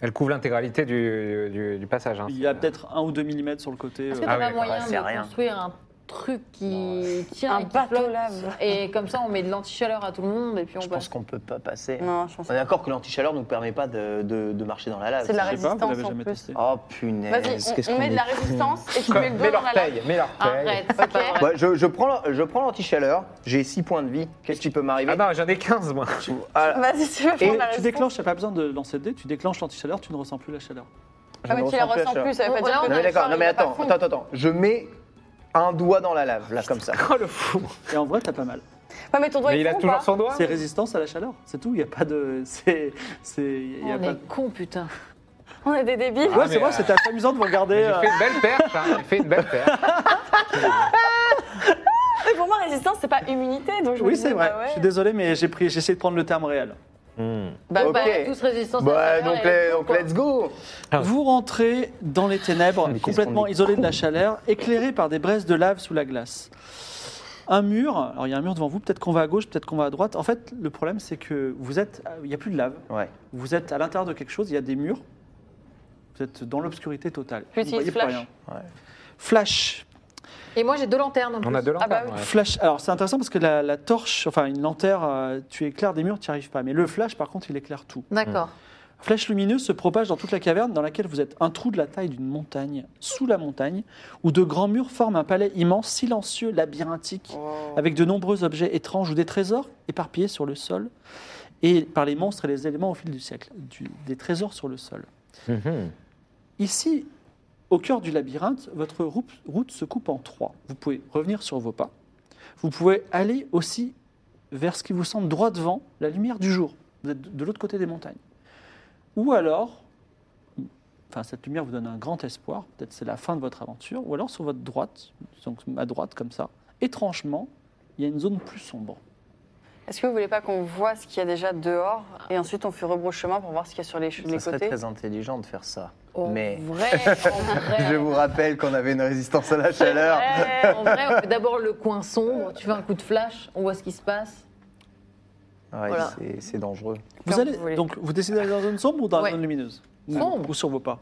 C: Elle couvre l'intégralité du, du- du passage. hein.
A: Il y a peut-être un ou deux millimètres sur le côté.
D: Est-ce que
A: euh,
D: t'as
C: Ah oui,
D: pas
C: d'accord,
D: moyen
E: ouais, c'est
D: de
E: rien.
D: construire un truc qui tient
B: Un
D: et qui
B: bateau
D: flotte
B: lave.
D: Et comme ça, on met de l'anti-chaleur à tout le monde et puis on
E: Je
D: passe.
E: pense qu'on peut pas passer.
B: Non, je pense
E: On est
B: pas.
E: d'accord que l'anti-chaleur ne nous permet pas de, de- de marcher dans la lave.
B: C'est de la
A: je sais pas, vous
B: résistance
A: l'avez
B: en
A: jamais
B: plus. Ah,
A: testé.
E: Oh
B: Vas-y,
E: punaise, qu'est-ce
B: on, on
E: qu'on
B: met de
E: est
B: la résistance et tu mets le
C: Mets
B: doigt dans la lave. Ah.
C: l'orteil, mets l'orteil.
D: Arrête, c'est pas vrai.
E: Ouais, je, je prends, la- je prends l'anti-chaleur, j'ai 6 points de vie. Qu'est-ce qui peut m'arriver
C: Ah non, j'en ai 15, moi.
E: Ah,
B: Vas-y, tu veux prendre la
A: Tu
B: résistance.
A: déclenches, t'as pas besoin de lancer le dé, tu déclenches l'anti-chaleur, tu ne ressens plus la chaleur.
E: je
B: Ah,
E: ne
B: mais tu la
E: ressens la
B: ressens
E: chaleur.
B: plus, ça veut pas
D: On-
B: dire
D: là,
B: que
E: Non
B: t'as
E: mais d'accord,
B: faim,
E: non mais
B: il va pas
E: attends,
B: fond.
E: attends, attends, attends. Je mets un doigt dans la lave, là comme ça.
C: Oh, le fou
A: Et en vrai, t'as pas mal.
B: Ouais, hein. mais ton doigt,
C: Mais
B: il,
C: il a
B: fond ou
C: toujours
B: pas
C: son doigt
A: C'est résistance à la chaleur, c'est tout. Il n'y a pas de. C'est. c'est- il y a
D: On
A: pas
D: est
A: de-
D: con, putain.
B: On est des débiles.
C: Ah,
A: Ouais, c'est
C: mais,
A: vrai,
C: euh,
A: c'était assez amusant de vous regarder.
C: Il
A: euh,
C: fait une belle perche, hein, il fait une belle perche.
B: Mais pour moi, résistance, c'est pas immunité. Donc je me
A: Oui,
B: disais,
C: Ah
A: c'est vrai.
B: bah ouais.
A: Je suis désolé, mais j'ai pris, j'essaie de prendre le terme réel.
D: Bah,
E: Ok.
D: bah, tous résistance.
E: Bah,
D: à
E: donc, les-
D: les...
E: donc let's go
C: Ah ouais.
A: Vous rentrez dans les ténèbres,
C: Mais qu'est-ce
A: complètement
C: qu'on est
A: isolé de la chaleur, éclairé par des braises de lave sous la glace. Un mur, alors il y a un mur devant vous, peut-être qu'on va à gauche, peut-être qu'on va à droite. En fait, le problème, c'est que vous êtes. euh, Il n'y a plus de lave.
E: Ouais.
A: Vous êtes à l'intérieur de quelque chose, il y a des murs. Vous êtes dans l'obscurité totale. Vous
B: J'utilise
A: voyez plus
B: flash.
A: rien.
E: Ouais.
A: Flash.
D: Et moi, j'ai deux lanternes. En
C: On a
D: plus.
C: deux lanternes.
B: bah oui.
C: ouais.
A: Flash. Alors c'est intéressant parce que la, la torche, enfin une lanterne, euh, tu éclaires des murs, tu n'y arrives pas. Mais le flash, par contre, il éclaire tout.
D: D'accord.
A: Flèche lumineuse se propage dans toute la caverne dans laquelle vous êtes. Un trou de la taille d'une montagne, sous la montagne, où de grands murs forment un palais immense, silencieux, labyrinthique, avec de nombreux objets étranges ou des trésors éparpillés sur le sol, et par les monstres et les éléments au fil du siècle, du- des trésors sur le sol.
C: Mhm.
A: Ici, au cœur du labyrinthe, votre rou- route se coupe en trois. Vous pouvez revenir sur vos pas. Vous pouvez aller aussi vers ce qui vous semble droit devant, la lumière du jour. Vous êtes de de l'autre côté des montagnes. Ou alors, enfin cette lumière vous donne un grand espoir, peut-être c'est la fin de votre aventure, ou alors sur votre droite, donc à droite comme ça, étrangement, il y a une zone plus sombre.
B: Est-ce que vous voulez pas qu'on voit ce qu'il y a déjà dehors et ensuite on fait rebrousse chemin pour voir ce qu'il y a sur les, les
E: Ça serait
B: côtés
E: très intelligent de faire ça.
D: En
E: Hmm. Mais-
D: vrai, en Oh, vrai.
E: Je vous rappelle qu'on avait une résistance à la chaleur.
D: Ouais, Eh, en vrai, on fait d'abord le coin sombre, tu fais un coup de flash, on voit ce qui se passe.
E: Ouais,
D: Voilà.
E: c'est- c'est dangereux.
A: Vous
B: Comme
A: allez,
B: vous voulez.
A: donc vous décidez d'aller dans une zone sombre ou dans
D: Ouais.
A: une zone lumineuse
D: Sombre.
A: Ou sur vos pas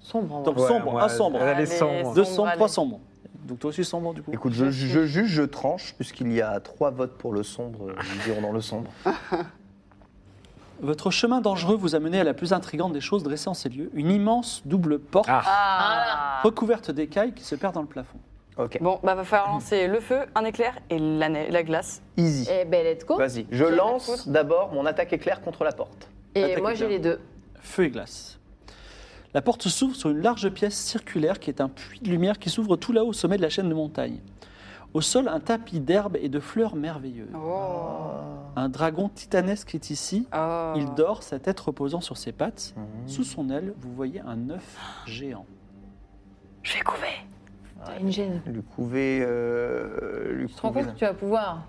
D: Sombre, en vrai.
A: Donc sombre,
C: Ouais,
A: un sombre.
C: Elle
B: Allez,
C: est sombre.
A: Deux
B: Sombre,
A: sombres,
B: allez.
A: trois sombres. Donc toi aussi sombre du coup.
E: Écoute, je, je- je juge, je tranche, puisqu'il y a trois votes pour le sombre, nous dirons dans le sombre.
A: Votre chemin dangereux vous a mené à la plus intrigante des choses dressées en ces lieux, une immense double porte
C: Ah,
B: Ah.
A: recouverte d'écailles qui se perd dans le plafond.
E: Ok,
B: Bon, bah va falloir lancer le feu, un éclair et la, ne- la glace.
E: easy.
D: Eh ben, let's go.
E: Vas-y, je
B: la
E: lance
B: poudre
E: d'abord mon attaque éclair contre la porte.
D: Et
A: attaque
D: moi,
A: et
D: j'ai
A: bien.
D: les deux.
A: Feu et glace. La porte s'ouvre sur une large pièce circulaire qui est un puits de lumière qui s'ouvre tout là-haut au sommet de la chaîne de montagne. Au sol, un tapis d'herbes et de fleurs merveilleuses.
B: Oh.
A: Un dragon titanesque est ici.
B: Oh.
A: Il dort, sa tête reposant sur ses pattes.
C: Mmh.
E: Mhm.
A: Sous son aile, vous voyez un œuf géant.
B: Je vais couver.
D: T'as une gêne.
E: Lui couver. euh, lui
D: Tu te rends
E: couver-
D: compte que tu vas pouvoir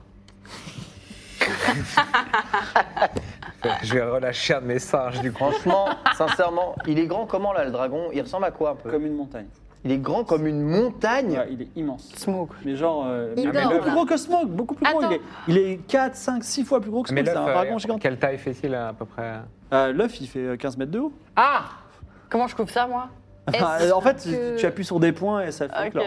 C: je vais relâcher un message du coup.
E: Franchement, sincèrement, il est grand comment là le dragon Il ressemble à quoi un peu
A: Comme une montagne.
E: Il est grand comme une
C: Mmh.
E: montagne
A: Ouais, il est immense.
B: Smoke.
A: Mais genre. euh,
D: Il
A: mais
D: dort,
A: beaucoup
D: là.
A: plus gros que Smog, beaucoup plus gros.
D: Attends.
A: Il est, il est 4, 5, 6 fois plus gros que
C: Mais
A: Smog, c'est un
C: l'œuf,
A: dragon
C: euh,
A: gigantesque.
C: quelle taille fait-il à peu près
A: Euh, L'œuf, il fait euh, 15 mètres de haut.
B: Ah Comment je coupe ça, moi
D: Est-ce
A: Ah, euh, en fait,
D: que-
A: tu appuies sur des points et ça fait
B: Ok.
A: éclore.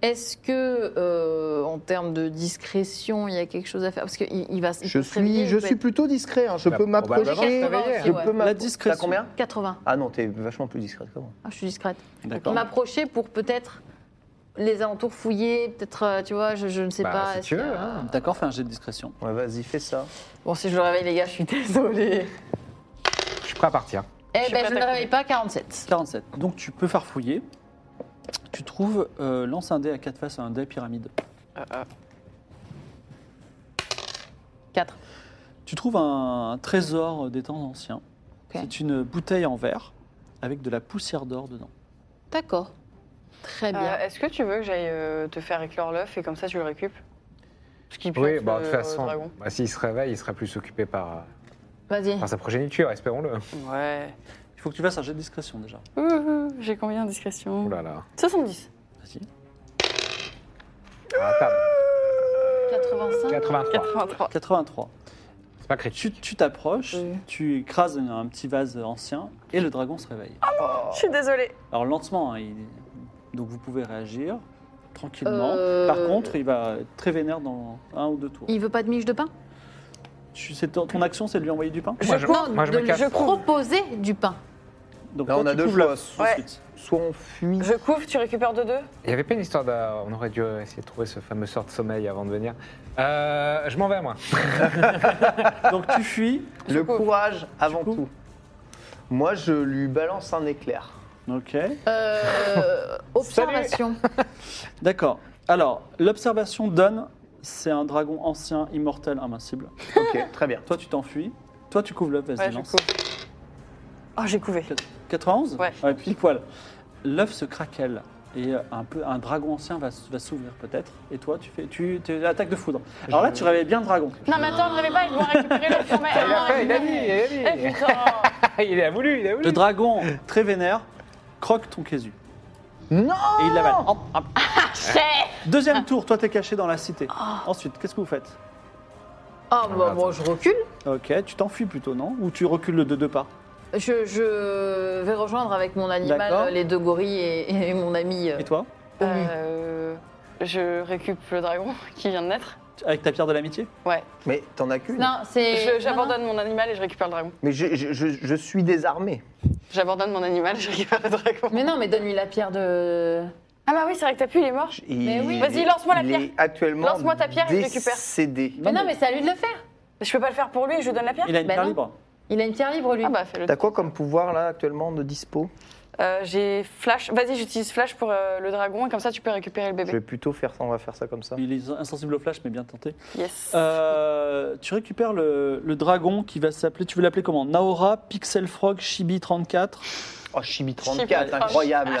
D: Est-ce que, euh, en termes de discrétion, il y a quelque chose à faire Parce qu'il il va il
E: Je
D: peut se réveiller,
E: suis,
D: il
E: je
D: peut
E: suis
D: être-
E: plutôt discret, hein. je
C: Bah,
E: peux
C: probablement se
E: m'approcher.
C: réveiller,
D: Ouais.
E: Je peux
A: La
E: m'approcher. T'as
A: discrétion.
E: combien
D: 80.
E: Ah non, t'es vachement plus discrète que moi.
D: Ah, je suis discrète.
A: D'accord.
D: M'approcher pour peut-être les alentours fouiller, peut-être, euh, tu vois, je, je ne sais
C: Bah,
D: pas.
C: si
D: est-ce
C: tu
D: qu'il y
C: veux,
D: a-
C: hein.
A: D'accord, fais un jet de discrétion.
E: Ouais, vas-y, fais ça.
D: Bon, si je le réveille, les gars, je suis désolée.
C: Je suis prêt à partir.
D: Eh
B: suis
D: ben,
B: prête
D: je ne
B: à
D: réveille pas 47.
A: 47. Donc, tu peux farfouiller. Tu trouves, euh, lance un dé à 4 faces à un dé pyramide.
C: Euh,
D: 4.
A: Tu trouves un, un trésor des temps anciens.
D: Ok.
A: C'est une bouteille en verre avec de la poussière d'or dedans.
D: D'accord. Très bien.
B: Euh, Est-ce que tu veux que j'aille euh, te faire éclore l'œuf et comme ça tu le récupères Parce qu'il
C: Oui,
B: pioche
C: bah,
B: le-
C: de toute
B: le
C: façon,
B: dragon.
C: bah, s'il se réveille, il sera plus occupé par, euh,
D: Vas-y.
C: par sa progéniture, espérons-le.
B: Ouais.
A: Il faut que tu fasses un jet de discrétion déjà.
B: Ouhou, J'ai combien en discrétion
C: Oh là là.
B: 70.
A: Vas-y.
C: Ah, attends,
D: 85.
C: 83.
B: 83.
A: 83.
C: C'est pas critique.
A: Tu tu t'approches,
D: Oui.
A: tu écrases un, un petit vase ancien et le dragon se réveille.
E: Oh,
B: Je suis désolée.
A: Alors lentement, hein, il- donc vous pouvez réagir tranquillement.
D: Euh.
A: Par contre, il va être très vénère dans un ou deux tours.
D: Il veut pas de miche de pain
A: Tu- c'est ton, ton action, c'est de lui envoyer du pain.
C: Moi, je-
D: Non,
C: moi, je
D: de
C: me casse.
D: lui proposer du pain.
A: Donc
E: Là,
A: toi,
E: on a
A: tu
E: deux
A: couvres la-
E: choix. Soit-
B: Ouais.
A: ensuite.
E: Soit on fuit.
B: Je couvre, tu récupères de deux
C: Il n'y avait pas une histoire de... On aurait dû essayer de trouver ce fameux sort de sommeil avant de venir. Euh, je m'en vais, moi.
A: Donc tu fuis.
E: Le courage avant
A: cours.
E: tout. Moi, je lui balance un éclair.
A: Ok.
D: Euh, observation.
A: D'accord. Alors l'observation donne c'est un dragon ancien, immortel, invincible.
E: Ok, très bien.
A: Toi, tu t'enfuis. Toi, tu couvres l'œuf, vas-y,
B: Ouais, je
A: lance.
B: couvre. Oh, j'ai couvé.
A: 91
B: Ouais.
A: pile poil. L'œuf se craquelle et euh, un, peu, un dragon ancien va, s- va s'ouvrir peut-être. Et toi, tu fais tu, tu l'attaque de foudre. Alors là, tu réveilles bien le dragon.
D: Non, mais attends, ne rêvez pas, ils vont récupérer le format.
C: Il a fait, il a dit, il a dit. il a voulu, il a voulu.
A: Le dragon, très vénère, croque ton Kézu. Non Et il l'avale. Hop,
B: Ah,
A: hop. Deuxième tour, toi, t'es caché dans la cité.
B: Oh.
A: Ensuite, qu'est-ce que vous faites
D: Ah, bah, moi, je recule.
A: Ok, tu t'enfuis plutôt, non Ou tu recules le de deux pas
D: Je, je vais rejoindre avec mon animal
A: D'accord.
D: euh, les deux gorilles et, et mon ami. euh,
A: Et toi
B: Euh, je récupère le dragon qui vient de naître.
A: Avec ta pierre de l'amitié
B: Ouais.
E: Mais t'en as qu'une.
D: Non, c'est.
B: Je- J'abandonne mon animal et je récupère le dragon.
E: Mais je, je- je- je suis désarmé.
B: J'abandonne mon animal et je récupère le dragon.
D: Mais non, mais donne-lui la pierre de.
B: Ah bah oui, c'est vrai que t'as pu, il est mort.
E: Mais
D: oui.
B: Vas-y, lance-moi la
E: Il est actuellement
B: Lance-moi ta pierre et je récupère.
E: décédé.
D: Mais non, mais c'est à lui de le faire.
B: Je peux pas le faire pour lui, je lui donne la pierre
A: Il a une
D: Bah
A: pierre
D: non.
A: libre.
D: Il a une pierre libre, lui.
B: Ah bah fais-le.
E: T'as quoi comme pouvoir là actuellement de dispo
B: Euh, j'ai flash. Vas-y, j'utilise flash pour euh, le dragon et comme ça tu peux récupérer le
E: Je
B: bébé.
E: vais plutôt faire ça, on va faire ça comme ça.
A: Il est insensible au flash, mais bien tenté.
B: Yes.
A: Euh, tu récupères le, le dragon qui va s'appeler, tu veux l'appeler comment Naora, Pixel Frog, Chibi 34.
E: Oh, Chibi
B: Chibi
E: 34,
B: 34.
E: incroyable.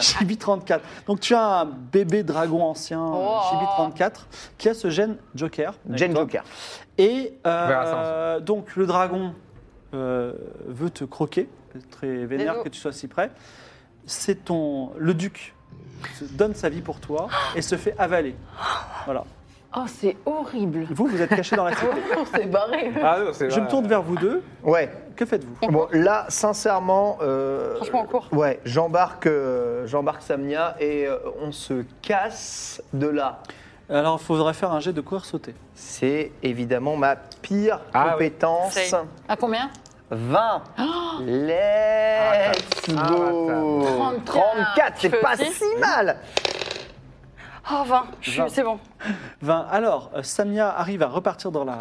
A: Chibi 34. Donc tu as un bébé dragon ancien,
B: Oh.
A: Chibi 34, qui a ce gène Joker. avec
E: Jane
A: toi.
E: Joker.
A: Et euh,
C: On verra ça
A: donc le dragon euh, veut te croquer, très vénère
B: Désolé.
A: que tu sois si près. C'est ton le duc se donne sa vie pour toi et se fait avaler. Voilà.
D: Oh, c'est horrible.
A: Vous vous êtes cachés dans la cité.
D: On s'est barré.
C: Ah non, c'est
A: Je me
C: vrai.
A: tourne vers vous deux.
E: Ouais.
A: Que faites-vous
E: Bon, là, sincèrement. euh,
B: Franchement, on court.
E: Ouais, j'embarque euh, j'embarque Samia et euh, on se casse de là.
A: Alors, il faudrait faire un jet de courir sauter.
E: C'est évidemment ma pire
C: Ah oui.
E: compétence.
B: C'est-
D: À combien
E: 20. Let's
C: Oh. Ah,
E: go.
D: 34.
E: 34,
B: Tu
E: c'est
B: peux
E: pas
B: aussi
E: si mal.
B: Oh 20, je suis-
A: Vingt.
B: c'est bon.
A: 20. Alors, euh, Samia arrive à repartir dans la,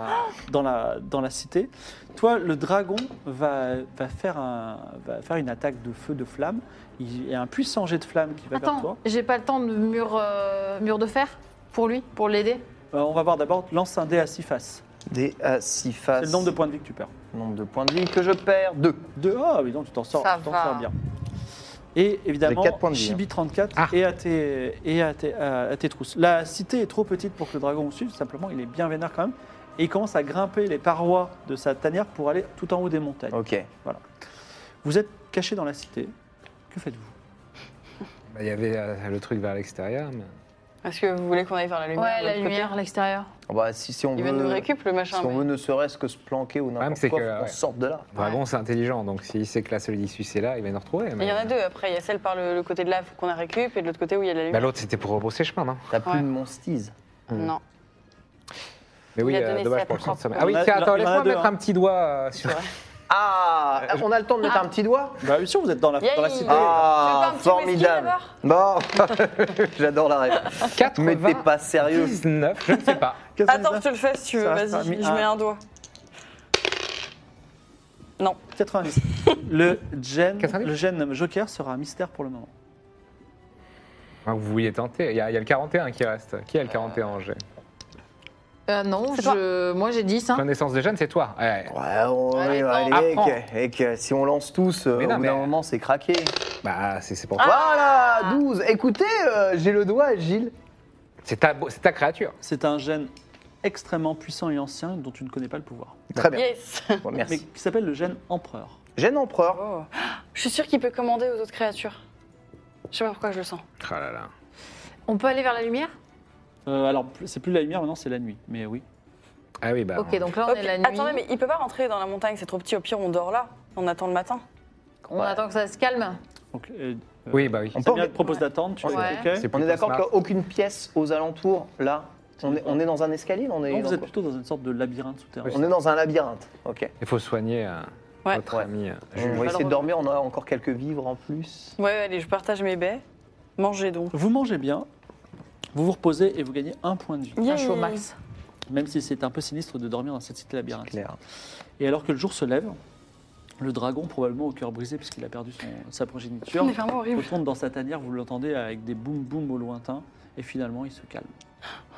A: dans la, dans la cité. Toi, le dragon va, va, faire un, va faire une attaque de feu, de flamme. Il y a un puissant jet de flamme qui va vers toi.
D: Attends, j'ai pas le temps de mur, euh, mur de fer pour lui, pour l'aider.
A: Euh, on va voir d'abord, lance un dé à 6 faces.
E: Des à
A: C'est
E: 6 faces.
A: le nombre de points de vie que tu perds.
E: Nombre de points de vie que je perds. 2.
A: De, ah oui, donc tu t'en sors,
B: Ça
A: tu t'en
B: va.
A: sors bien. Et évidemment,
E: J'ai quatre points de vie, hein.
A: Chibi 34
C: Ah.
A: et, à tes, et à, tes, euh, à- à tes trousses. La cité est trop petite pour que le dragon vous suive, simplement il est bien vénère quand même. Et il commence à grimper les parois de sa tanière pour aller tout en haut des montagnes.
E: Ok.
A: Vous êtes caché dans la cité. Que faites-vous
C: Bah, Il y avait euh, le truc vers l'extérieur. mais-
B: Est-ce que vous voulez qu'on aille vers la lumière
D: Ouais,
B: de
D: la
B: l'autre côté
D: lumière, l'extérieur.
E: Bah, si, si on
B: Il
E: veut.
B: veut nous récup le
E: Si
B: machin.
E: on
B: mais-
E: veut ne serait-ce que se planquer ou
C: problème,
E: n'importe
C: c'est
E: quoi,
C: que,
E: on
C: ouais.
E: sorte de là.
C: Dragon, c'est intelligent, donc s'il sait que la seule issue c'est là, il va nous retrouver.
B: Il
C: mais-
B: y en a deux après, il y a celle par le, le côté de là qu'on a récup et de l'autre côté où il y a la
C: Bah,
B: lumière.
C: L'autre, c'était pour rebrousser chemin, non
E: T'as plus
B: Ouais.
E: de monstise.
B: non.
C: Mais oui,
B: Il a
C: euh,
B: donné
C: dommage
B: ses
C: pour le
B: propres-
C: centre. Ah oui,
A: Il en a-
C: tiens,
A: il en- il
C: attends,
A: en a
C: laisse-moi
A: deux,
C: mettre
A: hein.
C: un petit doigt euh, sur.
E: Ah On a le temps de mettre un petit doigt
A: Bah bien sûr, vous êtes dans la,
B: Yay
A: dans la cité.
E: Ah,
B: Tu veux pas un petit whisky,
E: formidable Bon, j'adore la rêve.
C: 80,
E: Mais t'es pas sérieux.
C: 19, je ne sais pas.
A: Qu'est-ce que
B: Attends,
A: vous
B: je
A: êtes
B: te le fais si tu veux,
A: Ça reste
B: vas-y,
A: parmi-
B: je mets un doigt. Non.
A: 90. le gène,
C: 90.
A: le gène Joker sera un mystère pour le moment.
C: Ah, Vous vouliez tenter. Il y, a, il y a le 41 qui reste. Qui a le 41 en jeu
D: Euh, non, je... moi j'ai 10. Hein.
C: Connaissance des jeunes, c'est toi. Ouais.
E: Ouais, on,
D: Allez,
E: ouais,
D: attends.
E: allez,
C: Apprends.
E: et que- et que si on lance tous, euh,
C: Mais
E: au
C: non,
E: bout
C: mais-
E: d'un moment, c'est craqué.
C: Bah, c'est c'est pour
B: Ah.
C: toi.
E: Voilà, 12. Écoutez, euh, j'ai le doigt, Gilles.
C: C'est ta, c'est ta créature.
A: C'est un gène extrêmement puissant et ancien dont tu ne connais pas le pouvoir.
E: Très bien.
B: Yes
E: Bon,
A: Mais
E: merci.
A: qui s'appelle le gène empereur.
E: Gène empereur.
B: Oh. Je suis sûre qu'il peut commander aux autres créatures. Je sais pas pourquoi je le sens.
C: Ah là là.
D: On peut aller vers la lumière
A: Euh, alors, pl- c'est plus la lumière, maintenant c'est la nuit. Mais oui.
C: Ah oui, bah.
D: Ok, donc là on
B: Ok,
D: est la nuit.
B: Attendez, mais il peut pas rentrer dans la montagne, c'est trop petit. Au pire, on dort là. On attend le matin.
D: On attend que ça se calme.
A: Donc, euh,
C: Oui, bah oui.
E: On peut
A: Samia te propose d'attendre. Tu
D: Ouais.
A: fais OK.
C: C'est
E: On est
C: plutôt
E: d'accord
C: smart.
E: qu'il n'y a aucune pièce aux alentours, là on est, on est dans un escalier on est,
A: Non, vous
E: dans
A: êtes
E: quoi
A: plutôt dans une sorte de labyrinthe souterrain.
E: on est dans un labyrinthe. Ok.
C: Il faut soigner euh,
B: Ouais.
C: votre
E: Ouais.
C: ami. euh,
E: On
C: Jules.
E: va
B: pas
E: essayer
B: le
E: de dormir, on a encore quelques vivres en plus.
B: Ouais, allez, je partage mes baies. Mangez donc.
A: Vous mangez bien, vous vous reposez et vous gagnez un point de vie.
D: Un chaud max.
A: Même si c'est un peu sinistre de dormir dans cette cité labyrinthe.
E: Claire.
A: Et alors que le jour se lève, le dragon, probablement au cœur brisé puisqu'il a perdu son- sa progéniture,
B: On est vraiment horrible.
A: retourne dans sa tanière, vous l'entendez avec des boum boum au lointain, et finalement il se calme.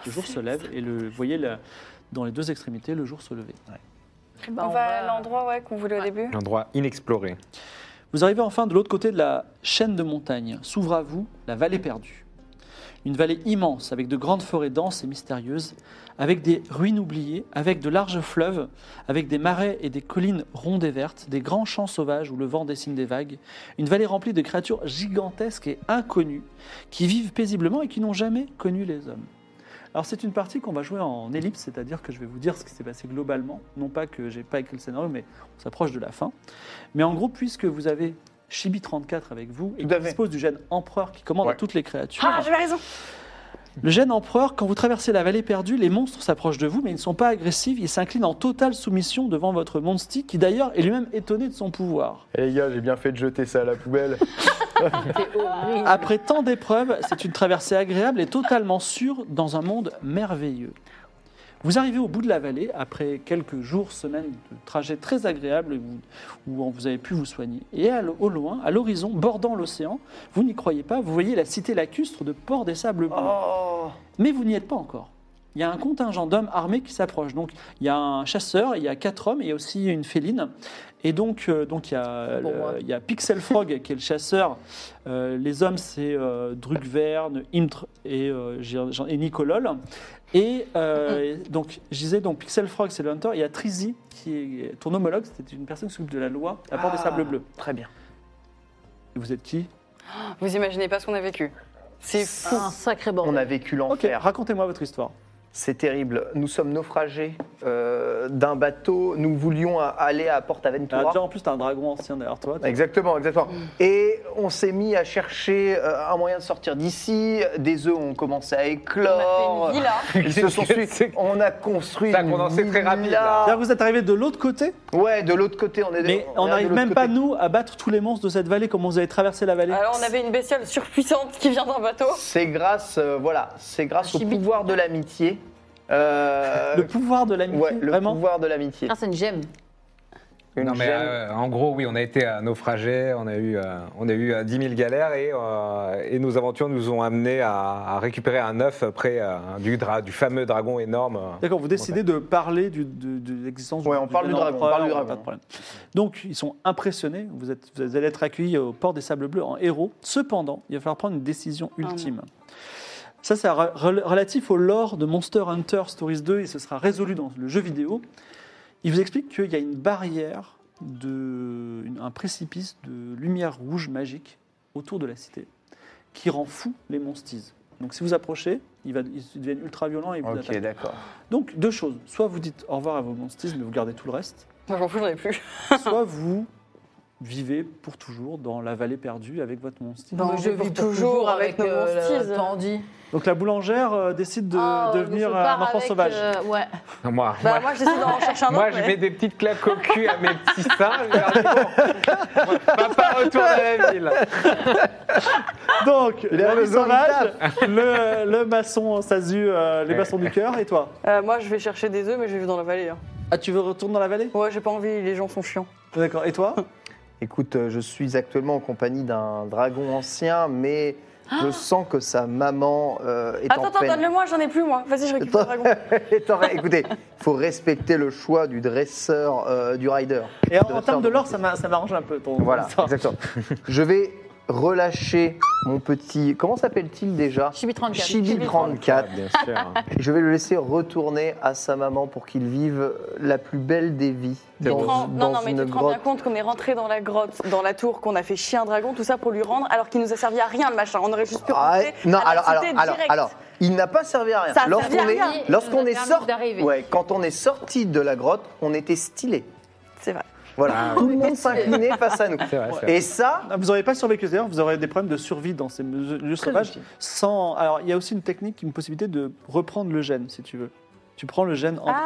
A: Le jour se lève et le, vous voyez la- dans les deux extrémités le jour se lever.
D: Bah,
B: On, va à l'endroit ouais, qu'on voulait au début.
C: L'endroit inexploré.
A: Vous arrivez enfin de l'autre côté de la chaîne de montagnes. S'ouvre à vous la vallée perdue. Une vallée immense, avec de grandes forêts denses et mystérieuses, avec des ruines oubliées, avec de larges fleuves, avec des marais et des collines rondes et vertes, des grands champs sauvages où le vent dessine des vagues. Une vallée remplie de créatures gigantesques et inconnues, qui vivent paisiblement et qui n'ont jamais connu les hommes. Alors c'est une partie qu'on va jouer en ellipse, c'est-à-dire que je vais vous dire ce qui s'est passé globalement. Non pas que j'ai pas écrit le scénario, mais on s'approche de la fin. Mais en gros, puisque vous avez Chibi34 avec vous et
E: Tout à
A: qui
E: fait.
A: dispose du gène empereur qui commande à
C: Ouais.
A: toutes les créatures,
B: Ah, j'avais raison.
A: le gène empereur, quand vous traversez la vallée perdue, les monstres s'approchent de vous, mais ils ne sont pas agressifs, ils s'inclinent en totale soumission devant votre monstie, qui d'ailleurs est lui-même étonné de son pouvoir.
G: Eh les gars, j'ai bien fait de jeter ça à la poubelle.
D: C'est horrible.
A: Après tant d'épreuves, c'est une traversée agréable et totalement sûre dans un monde merveilleux. Vous arrivez au bout de la vallée, après quelques jours, semaines de trajet très agréable où- où vous avez pu vous soigner. Et à l- au loin, à l'horizon, bordant l'océan, vous n'y croyez pas, vous voyez la cité lacustre de Port des Sables Bleus.
E: Oh
A: Mais vous n'y êtes pas encore. Il y a un contingent d'hommes armés qui s'approche. Donc, il y a un chasseur, il y a quatre hommes, et il y a aussi une féline. Et donc, euh, donc il, y a,
D: Bon,
A: le-
D: moi.
A: il y a Pixel Frog qui est le chasseur. Euh, les hommes, c'est euh, Drugvern, Imtr et, euh, Gir- Jean- et Nicolol. Et euh,
E: Mm.
A: donc, je disais, donc, Pixel Frog, c'est le hunter. Il y a Trizy, qui est ton homologue, c'était une personne qui s'occupe de la loi à Port des
E: Ah,
A: Sables Bleus.
E: Très bien.
A: Et vous êtes qui
B: Ah, Vous imaginez pas ce qu'on a vécu. C'est fou.
D: Ah, un sacré bordel.
E: On a vécu
A: Ok,
E: l'enfer.
A: racontez-moi votre histoire.
E: C'est terrible. Nous sommes naufragés euh, d'un bateau. Nous voulions a- aller à
A: Ah,
E: Portaventura.
A: déjà, en plus, t'as un dragon ancien derrière toi.
E: Exactement, exactement.
G: Mm.
E: Et on s'est mis à chercher euh, un moyen de sortir d'ici. Des œufs ont commencé
B: On
E: à
B: a
E: éclore.
B: fait une villa.
E: Ils se sont
C: Qu'est-ce que
E: suivis.
C: c'est que-
E: On a construit.
C: Ça a
E: une
C: condensé très rapide,
E: villa.
A: C'est-à-dire que vous êtes arrivé de l'autre côté
E: Ouais, de l'autre côté, on est.
A: Mais
E: est
A: on
E: de
A: n'arrive
E: l'autre
A: même
E: côté.
A: pas, nous, à battre tous les monstres de cette vallée comme vous avez traversé la vallée.
B: Alors on avait une bestiole surpuissante qui vient d'un bateau.
E: C'est grâce, euh, voilà, c'est grâce au
B: Chibi.
E: pouvoir de l'amitié. Euh,
A: Le pouvoir de l'amitié,
E: ouais, le
A: vraiment.
E: pouvoir de l'amitié.
D: Ah, c'est une gemme.
E: Une
C: Non, mais
E: gemme.
C: euh, en gros, oui, on a été à naufragés, on a eu, euh, on a eu euh, 10 000 galères et, euh, et nos aventures nous ont amenés à, à récupérer un œuf près euh, du, dra- du fameux dragon énorme. euh,
A: D'accord, vous décidez de parler du- de, de l'existence
E: Ouais, on parle du
A: jeune
E: dragon, on parle du
A: empereur,
E: dragon.
A: Pas de problème. Donc, ils sont impressionnés. Vous, êtes- vous allez être accueillis au port des Sables Bleus en héros. Cependant, il va falloir prendre une décision
B: non.
A: ultime. Ça, c'est re- re- relatif au lore de Monster Hunter Stories 2 et ce sera résolu dans le jeu vidéo. Il vous explique qu'il y a une barrière, de, une- un précipice de lumière rouge magique autour de la cité qui rend fou les monsties. Donc, si vous approchez, ils, va- ils deviennent ultra violents et vous
E: Ok,
A: attaquent.
E: d'accord.
A: Donc, deux choses. Soit vous dites au revoir à vos monstres, mais vous gardez tout le reste.
B: Moi j'en fous, j'en ai plus.
A: Soit vous vivez pour toujours dans la vallée perdue avec votre monstre.
B: Bon,
D: je vis toujours avec
B: nos
D: euh,
B: monsties.
D: le Tandy.
A: Donc, la boulangère euh, décide de
D: Ah,
A: devenir
D: je
A: euh,
D: pars
A: un enfant
D: avec,
A: sauvage.
D: euh, ouais.
C: Moi, moi,
B: Bah moi j'essaie d'en chercher un autre.
C: moi, je
B: mais-
C: mets des petites claques au cul à mes petits seins. je leur dis, bon, Ah, moi, Papa retourne à la ville.
A: Donc, la vie
E: raison,
A: sauvage, le, le maçon Sazu, euh, les
C: Ouais.
A: maçons du cœur, et toi
B: Euh, moi je vais chercher des œufs mais je vais dans la vallée. hein.
A: Ah, tu veux retourner dans la vallée
B: Ouais j'ai pas envie, les gens sont chiants.
A: D'accord, et toi
E: Écoute, euh, je suis actuellement en compagnie d'un dragon ancien, mais
A: Ah
E: je sens que sa maman euh, est
B: Attends,
E: en
B: attends,
E: peine.
B: donne-le moi, j'en ai plus moi. Vas-y je récupère le dragon.
E: Est en- Écoutez, il faut respecter le choix du dresseur, euh, du rider.
A: Et en, en
E: Dresseur
A: termes de
E: de
A: lore, ça m'a- ça m'arrange un peu. Ton, ton
E: Voilà,
A: histoire.
E: exactement. Je vais relâcher mon petit. Comment s'appelle-t-il déjà
D: Chibi 34.
E: Chibi 34.
C: Bien sûr. hein.
E: Je vais le laisser retourner à sa maman pour qu'il vive la plus belle des vies
B: Tu te
E: dans,
B: rends- non,
E: dans
B: non, mais tu
E: une
B: te rends bien
E: grotte.
B: compte qu'on est rentré dans la grotte, dans la tour, qu'on a fait chier un dragon, tout ça pour lui rendre, alors qu'il nous a servi à rien le machin. On aurait juste pu
E: Ah,
B: rentrer
E: non,
B: à la
E: alors, alors,
B: cité
E: alors,
B: direct.
E: alors, il n'a pas servi à rien.
B: Ça a servi
E: Lorsqu'on
B: à
E: est,
B: rien.
D: Il
E: lorsqu'on
D: nous a
E: est
D: permis
E: sorti,
D: d'arriver.
E: ouais, quand on est sorti de la grotte, on était stylé.
B: C'est vrai.
E: Voilà,
B: Ah
E: tout le monde s'inclinait face à nous.
C: C'est vrai, c'est vrai.
E: Et ça,
A: Ah, Vous n'aurez pas survécu, d'ailleurs, vous aurez des problèmes de survie dans ces mesures- lieux sauvages. Sans... Alors, il y a aussi une technique, une possibilité de reprendre le gène, si tu veux. Tu prends le gène empereur.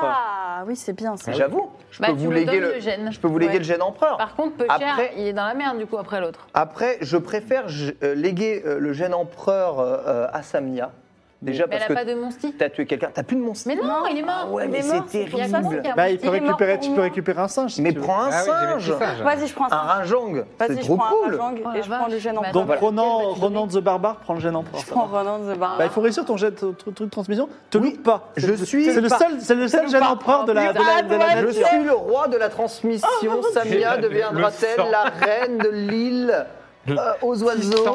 B: Ah oui, c'est bien ça.
E: j'avoue, je
D: Bah,
E: peux
D: tu
E: vous
D: me
E: léguer
D: donnes
E: le,
D: le gène.
E: je peux vous léguer
B: Ouais.
E: le gène empereur.
D: Par contre, peu
E: Après-
D: il est dans la merde du coup après l'autre.
E: Après, je préfère je- euh, léguer euh, le gène empereur euh, euh, à Samnia Déjà
D: Mais elle
E: parce
D: a
E: que
D: pas de monstie.
E: t'as tué quelqu'un, t'as plus de monstre.
D: Mais non, il est mort.
E: Ah ouais,
D: il
E: mais
D: est
E: c'est
D: mort. Il y a que
E: terrible.
D: ça qui a
A: Bah,
D: menti,
A: il peut
D: est mort
A: récupérer,
D: pour
A: tu
D: moi.
A: peux récupérer un singe. si
E: Mais
A: tu veux.
E: prends un
C: Ah oui, j'ai mis le
E: singe,
C: petit singe.
B: Vas-y, je prends un
E: un
B: singe.
E: rajang, c'est
B: Vas-y, je
E: trop
B: prends un
E: cool.
B: rajang
D: Oh la
B: et je
D: vache,
B: prends le gène en
D: mais
A: Bah, Donc
E: Voilà.
A: Ronan,
D: Quel va te
A: Ronan the Barbare prend le gène empereur.
B: Je prends Ronan de Bar.
A: Bah, il faut réussir ton jet, ton truc truc transmission. Te
E: Oui,
A: loupe pas.
E: je
A: C'est le-
E: suis
A: C'est le
E: pas-
A: seul, c'est le seul gène
E: pas-
A: empereur de
D: Ah,
A: la, de la, de
D: bah,
A: la
E: Je
A: nature.
E: suis le roi de la transmission.
D: Oh,
E: Samia deviendra-t-elle
C: sang.
E: la reine de l'île euh, aux oiseaux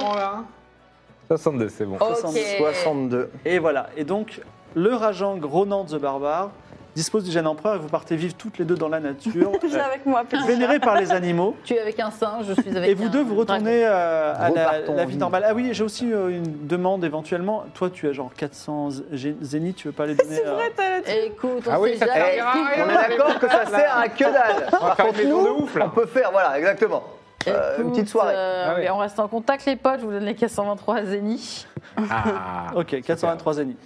C: 62, c'est bon.
D: Ok.
E: 62.
A: Et voilà. Et donc, le Rajang Ronan the Barbare dispose du gène empereur et vous partez vivre toutes les deux dans la nature,
B: J'ai
A: euh,
B: avec moi. putain.
A: vénérés par les animaux.
D: Tu es avec un singe, je suis avec
A: Et vous
D: un
A: deux, vous
D: dragon.
A: retournez euh, à la,
E: Repartons
A: la
E: en
A: vie
E: ville.
A: normale. Ah oui, j'ai aussi euh, une demande éventuellement. Toi, tu as genre 400 zé- zénith, tu veux pas les donner euh,
B: C'est vrai,
A: à-
B: t'as la-
D: Écoute, on
C: Ah oui,
D: sait
C: ça
D: jamais.
C: servira à rien.
E: On est d'accord que ça sert à que dalle.
C: On va faire une maison de ouf
E: On
C: là.
E: peut faire, voilà, exactement. Euh, une
D: Écoute,
E: petite soirée.
D: euh,
C: Ah oui.
D: mais On reste en contact, les potes. Je vous donne les 423 zéniths.
C: Ah.
A: Ok, 423 zénith.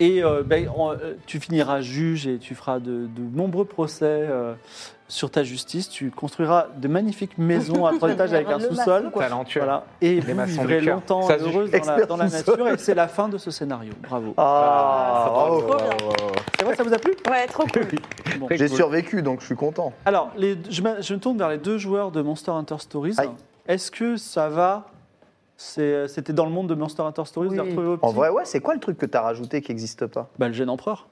A: Et euh, ben, on- euh, tu finiras juge et tu feras de, de nombreux procès euh, sur ta justice. Tu construiras de magnifiques maisons à trois étages avec un
D: Le maçon,
A: sous-sol.
D: quoi.
C: Talentueux.
A: Voilà. Et
C: Les
A: vous
C: maçons
A: vivrez
C: du cœur.
A: longtemps
C: Ça,
A: et
C: je-
A: heureuse dans la,
E: expert
A: dans la
E: sous-sol.
A: nature. Et c'est la fin de ce scénario. Bravo.
E: Ah, bravo.
B: trop bien.
A: C'est vrai, ça vous a plu
B: Ouais, trop cool.
A: Bon.
E: J'ai survécu, donc je suis content.
A: Alors, les- je, me, je me tourne vers les deux joueurs de Monster Hunter Stories.
E: Aïe.
A: Est-ce que ça va C'est- euh, C'était dans le monde de Monster Hunter Stories de retrouver vos
E: En
A: petits
E: vrai, ouais, c'est quoi le truc que t'as rajouté qui n'existe pas
A: Bah, le gène empereur.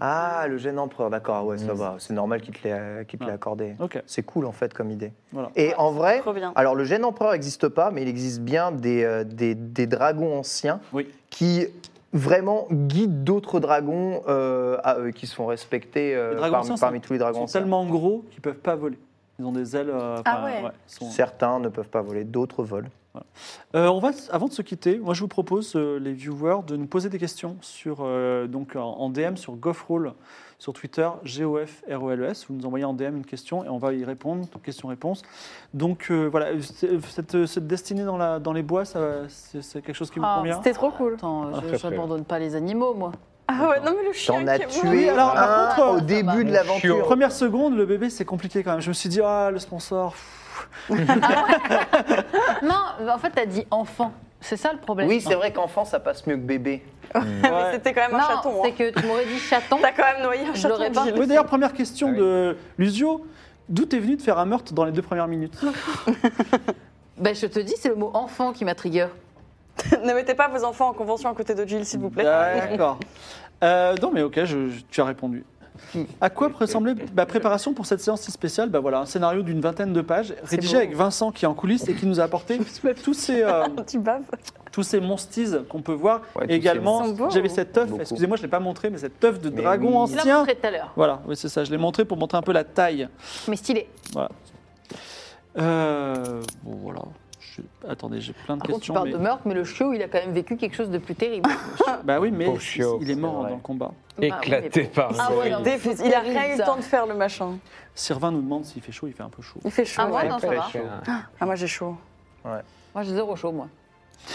E: Ah, le gène empereur, d'accord, ah ouais, ça va. C'est normal qu'il te l'ait euh, qu'il te l'ait
A: Ah.
E: accordé.
A: Ok.
E: C'est cool, en fait, comme idée.
A: Voilà.
E: Et en vrai,
B: Trop bien.
E: alors le gène empereur n'existe pas, mais il existe bien des, euh, des, des dragons anciens
A: Oui.
E: qui vraiment guident d'autres dragons euh, à eux, qui se font respecter euh,
A: Les dragons
E: parmi,
A: anciens
E: parmi tous les
A: Ils
E: dragons
A: sont
E: anciens.
A: tellement gros qu'ils peuvent pas voler. Ils ont des ailes. euh,
B: Ah
A: enfin,
B: ouais.
A: ils sont-
E: Certains ne peuvent pas voler, d'autres volent.
A: Euh, on va, avant de se quitter, moi je vous propose, euh, les viewers, de nous poser des questions sur, euh, donc, en- en DM sur GoffRoll, sur Twitter, G-O-F-R-O-L-E-S. E Vous nous envoyez en DM une question et on va y répondre, question-réponse. Donc euh, voilà, c'est- cette, euh, cette destinée dans, la, dans les bois, ça- c'est c'est quelque chose qui vous
D: Ah,
A: convient
B: C'était trop cool.
D: Attends,
C: très,
D: je
C: très.
D: n'abandonne pas les animaux, moi.
B: Ah ouais, non mais le chien
E: T'en as
B: qui est mort.
E: tué
A: alors, par
E: un
A: contre, euh,
E: au
A: ça
D: va.
E: début de
C: Chiot.
E: l'aventure.
A: Première seconde, le bébé, c'est compliqué quand même. Je me suis dit, ah, le sponsor. pff.
D: Non, en fait, t'as dit enfant. C'est ça le problème.
E: Oui, c'est vrai qu'enfant, ça passe mieux que bébé.
B: Mais c'était quand même
D: Non,
B: un chaton.
D: c'est
B: hein.
D: que tu m'aurais dit chaton.
B: T'as quand même noyé un
D: Je
B: chaton.
D: l'aurais pas.
B: dis-le.
A: Oui, d'ailleurs, première question
C: Ah oui.
A: de Luzio. D'où t'es venu de faire un meurtre dans les deux premières minutes
D: Ben, je te dis, c'est le mot enfant qui m'a trigger.
B: ne mettez pas vos enfants en convention à côté de Jill, s'il vous plaît.
A: D'accord. Euh, non, mais ok, je- je- tu as répondu. À quoi ressemblait ma préparation pour cette séance si spéciale bah voilà, Un scénario d'une vingtaine de pages, rédigé
D: beau.
A: avec Vincent qui est en coulisses et qui nous a apporté tous ces, euh,
B: Tu baves.
A: tous ces monsties qu'on peut voir.
E: Ouais, tous
A: Et
E: ces
A: également,
B: monstres. Ils sont beaux,
A: j'avais
B: hein.
A: cette œuf,
E: Beaucoup.
A: excusez-moi, je ne l'ai pas montré, mais cette œuf de
E: Mais
A: dragon
E: oui.
D: Tu l'as
A: ancien.
D: montré tout à l'heure.
A: Voilà, oui, c'est ça, je l'ai montré pour montrer un peu la taille.
D: Mais stylé.
A: Euh, bon, voilà. Je- Attendez, j'ai plein de
D: Par contre, tu
A: questions.
D: parles
A: mais-
D: de meurtre, mais le chiot, il a quand même vécu quelque chose de plus terrible.
A: Bah oui, mais
C: Pauvre chiot,
A: il est mort hein,
E: c'est vrai.
A: dans le combat.
C: Éclaté par
D: Ah
C: le
D: ouais, non, mais
B: Défait.
D: c'est
B: Il a
D: terrible,
B: rien eu le
D: ça.
B: temps de faire le machin.
A: Sylvain nous demande s'il fait chaud, il fait un peu chaud.
B: Il fait chaud.
D: Ah ouais,
B: ouais.
D: non, ça
E: Très
D: va.
E: chaud.
B: Ah moi j'ai chaud.
D: Moi, j'ai zéro chaud, moi.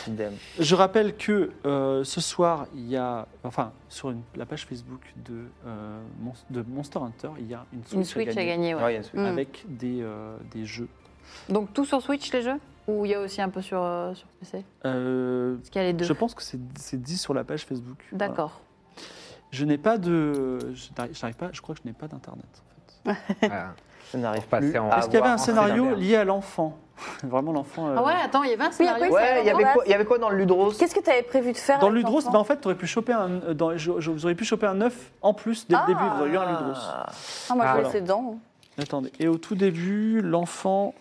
E: Idem.
A: Je rappelle que euh, ce soir, il y a, enfin, sur une- la page Facebook de, euh, Mon- de Monster Hunter, il y a une Switch,
D: Une Switch
A: à
D: a
A: gagner
D: gagné, ouais.
E: Ouais, il y a une suite.
B: Mm.
A: avec des, euh, des jeux.
D: Donc, tout sur Switch, les jeux Ou il y a aussi un peu sur, euh, sur PC
A: Euh,
D: Parce qu'il y a les deux.
A: je pense que c'est c'est dit sur la page Facebook. Voilà.
D: D'accord.
A: Je n'ai pas de, je n'arrive je n'arrive pas, je crois que je n'ai pas d'internet. En fait.
C: Voilà.
E: Je n'arrive
C: Pour passer
E: plus
C: en-
E: à
C: Est-ce
A: Est-ce qu'il y avait
E: voir
A: un scénario
E: scénario.
A: lié à l'enfant Vraiment l'enfant. euh,
D: Ah ouais, attends, il y avait un
B: Oui, après,
D: scénario.
E: Ouais, il y, avait quoi, il y avait quoi dans le Ludros
B: Qu'est-ce que t'avais prévu de faire
A: Dans
B: avec
A: Ludros,
B: l'enfant
A: bah, en fait, tu aurais pu choper un, euh, dans, je- je- vous auriez pu choper un œuf en plus dès le
B: Ah.
A: début. Vous auriez eu un Ludros.
B: Ah moi
C: Ah,
B: je
A: alors.
B: laisse les dents.
A: Attendez. Et au tout début, l'enfant.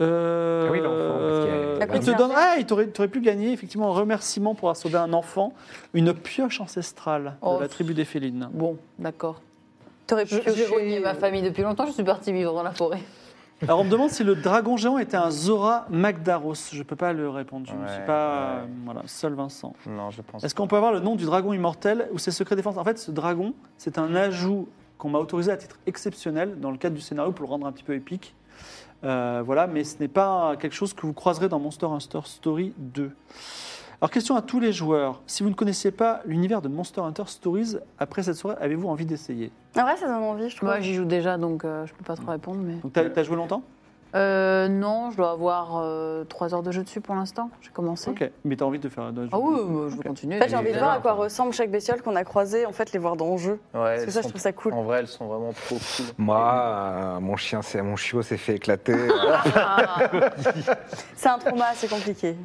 A: euh,
C: Ah oui, l'enfant, parce qu'il y a-
A: euh,
C: La
A: il te
B: petite
A: donne. Ah, il t'aurait- t'aurais pu gagner effectivement un remerciement pour avoir sauvé un enfant, une pioche ancestrale
D: Oh.
A: de la tribu des félines.
D: Bon, d'accord.
B: T'aurais pu
D: Je- J'ai
B: piocher-
D: renié ma famille depuis longtemps, je suis partie vivre dans la forêt.
A: Alors on me demande si le dragon géant était un Zora Magdaros. Je peux pas le répondre. Je ne
E: Ouais,
A: suis pas
E: ouais.
A: euh, voilà seul Vincent.
E: Non, je pense.
A: Est-ce qu'on peut avoir le nom du dragon immortel ou ses secrets défense En fait, ce dragon, c'est un ajout qu'on m'a autorisé à titre exceptionnel dans le cadre du scénario pour le rendre un petit peu épique. Euh, voilà, mais ce n'est pas quelque chose que vous croiserez dans Monster Hunter Story 2. Alors, question à tous les joueurs. Si vous ne connaissiez pas l'univers de Monster Hunter Stories, après cette soirée, avez-vous envie d'essayer
B: En vrai ça donne envie je trouve.
D: Moi, j'y joue déjà, donc euh, je peux pas trop répondre, mais.
A: Donc, t'as as joué longtemps
D: Euh, non, je dois avoir euh, trois 3 heures de jeu dessus pour l'instant. J'ai commencé.
A: Ok, mais t'as envie de faire. de-
D: Ah oui, moi, je veux continuer.
B: En fait, j'ai envie de voir à quoi
C: Évidemment.
B: ressemble chaque bestiole qu'on a croisée, en fait, les voir dans le jeu. Parce que ça, je trouve ça cool.
E: En vrai, elles sont vraiment trop cool.
C: Moi, euh, mon chien, c'est mon chiot s'est fait éclater. euh,
B: C'est un trauma, c'est compliqué.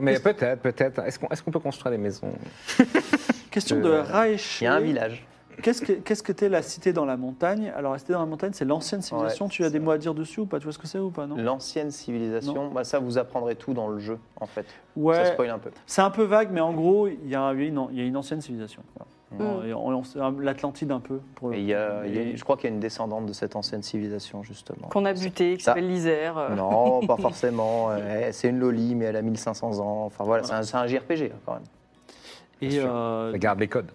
C: Mais peut-être, peut-être. Est-ce qu'on est-ce qu'on peut construire des maisons
A: Question de Raesh.
E: Euh, Il y a un village.
A: Qu'est-ce que qu'est-ce que t'es la cité dans la montagne Alors la cité dans la montagne, c'est l'ancienne civilisation.
E: Ouais,
A: tu as
E: c'est
A: des
E: ça.
A: mots à dire dessus ou pas Tu vois ce que c'est ou pas non
E: L'ancienne civilisation, bah ça vous apprendrez tout dans le jeu en fait. Ça
A: Ouais.
E: spoil un peu.
A: C'est un peu vague, mais en gros, il y a une, il y a une ancienne civilisation. Voilà.
B: Mm.
A: Et on- on- c'est un- L'Atlantide un peu. Pour,
E: Et il y a- il y a-
A: et-
E: je crois qu'il y a une descendante de cette ancienne civilisation justement.
B: Qu'on a buté, qui
E: Ça.
B: s'appelle l'Isère. euh.
E: Non, pas forcément. Euh, C'est une loli, mais elle a 1500 ans. Enfin voilà, c'est un, c'est un JRPG hein, quand même.
A: et, euh,
C: Regarde les codes.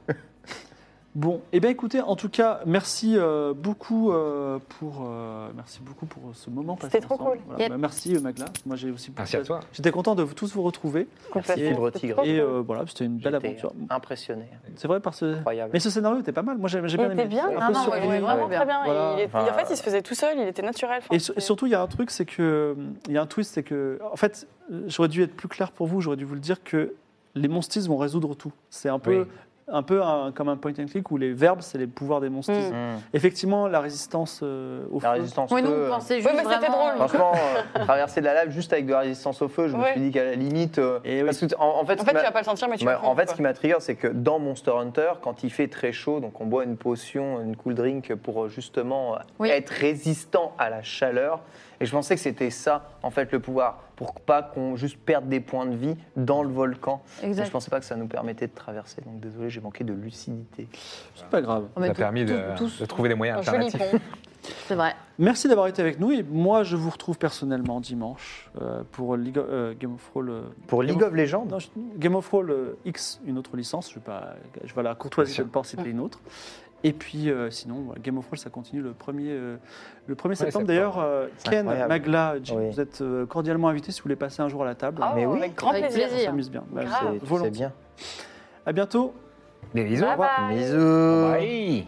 A: Bon, eh bien écoutez, en tout cas, merci euh, beaucoup euh, pour euh, merci beaucoup pour ce moment. passé
B: C'était trop
A: ensemble.
B: cool.
A: Voilà.
D: Yep.
A: Bah, merci euh, Magla. Moi j'ai aussi.
C: Merci à toi.
A: J'étais content de vous- tous vous retrouver.
E: Merci, Fibre Tigre.
A: Et euh, voilà, c'était une belle
E: J'étais
A: aventure.
E: Impressionné.
C: euh,
A: C'est vrai parce que.
E: Incroyable.
A: Mais ce scénario était pas mal. Moi j'ai j'ai bien
D: Il était
A: aimé.
D: bien.
A: Un
D: Ah
A: peu
D: non,
A: sur-
D: moi, il est
B: vraiment
D: Ouais.
B: très bien.
A: Voilà.
B: Il est- il- en fait, il se faisait tout seul, il était naturel. Enfin,
A: Et sur-
B: c'est-
A: surtout, il y a un truc, c'est que il y a un twist, c'est que en fait, j'aurais dû être plus clair pour vous. J'aurais dû vous le dire que les monstis vont résoudre tout. C'est un peu,
C: Oui.
A: un peu un- comme un point and click où les verbes, c'est les pouvoirs des monstis.
B: Mm.
E: Mm.
A: Effectivement, la résistance euh, au
E: La
A: feu.
E: résistance
D: Oui, nous,
E: feu,
D: on pensait juste
B: mais c'était
D: vraiment-
B: drôle.
E: Franchement, euh, traverser de la lave juste avec de la résistance au feu, je me
B: Ouais.
E: suis dit qu'à la limite. euh,
C: Eh
A: Et oui.
E: parce que, en, en fait,
B: En
E: ce
B: fait,
E: qui m'a-
B: tu vas pas le sentir, mais tu
E: Ouais,
B: le prends,
E: en fait,
B: quoi.
E: ce qui m'a trigger, c'est que dans Monster Hunter, quand il fait très chaud, donc on boit une potion, une cool drink pour euh, justement euh,
D: Oui.
E: être résistant à la chaleur. Et je pensais que c'était ça, en fait, le pouvoir, pour pas qu'on juste perde des points de vie dans le volcan.
D: Exact.
E: Mais je pensais pas que ça nous permettait de traverser. Donc désolé, j'ai manqué de lucidité.
A: C'est pas grave.
D: On
C: Ça
D: met
C: a
D: tout-
C: permis de,
D: tout- tous-
C: de trouver des moyens
B: Un joli
C: alternatifs.
B: pont.
D: C'est vrai.
A: Merci d'avoir été avec nous. Et moi, je vous retrouve personnellement dimanche euh, pour League of- euh, Game of Thrones. euh,
E: Pour League of Legends,
A: Non, je- Game of Thrones euh, X, une autre licence, je vais pas, je vais à la courtoisie de ne pas en citer une autre. Et puis euh, sinon, voilà, Game of Thrones, ça continue le 1er, euh, le 1er septembre.
C: septembre.
A: D'ailleurs, euh,
E: C'est
A: Ken,
E: incroyable.
A: Magla, Jim,
E: Oui.
A: vous êtes euh, cordialement invités si vous voulez passer un jour à la table.
B: Ah,
E: Mais oui.
B: Avec grand
D: Avec
B: plaisir.
A: On s'amuse bien. Bah,
B: Grave.
A: c'est
E: c'est- c'est
A: volontiers.
E: bien.
A: À bientôt.
C: Ah, Des bisous.
B: Bye bye.
E: Bisous.
C: Bye.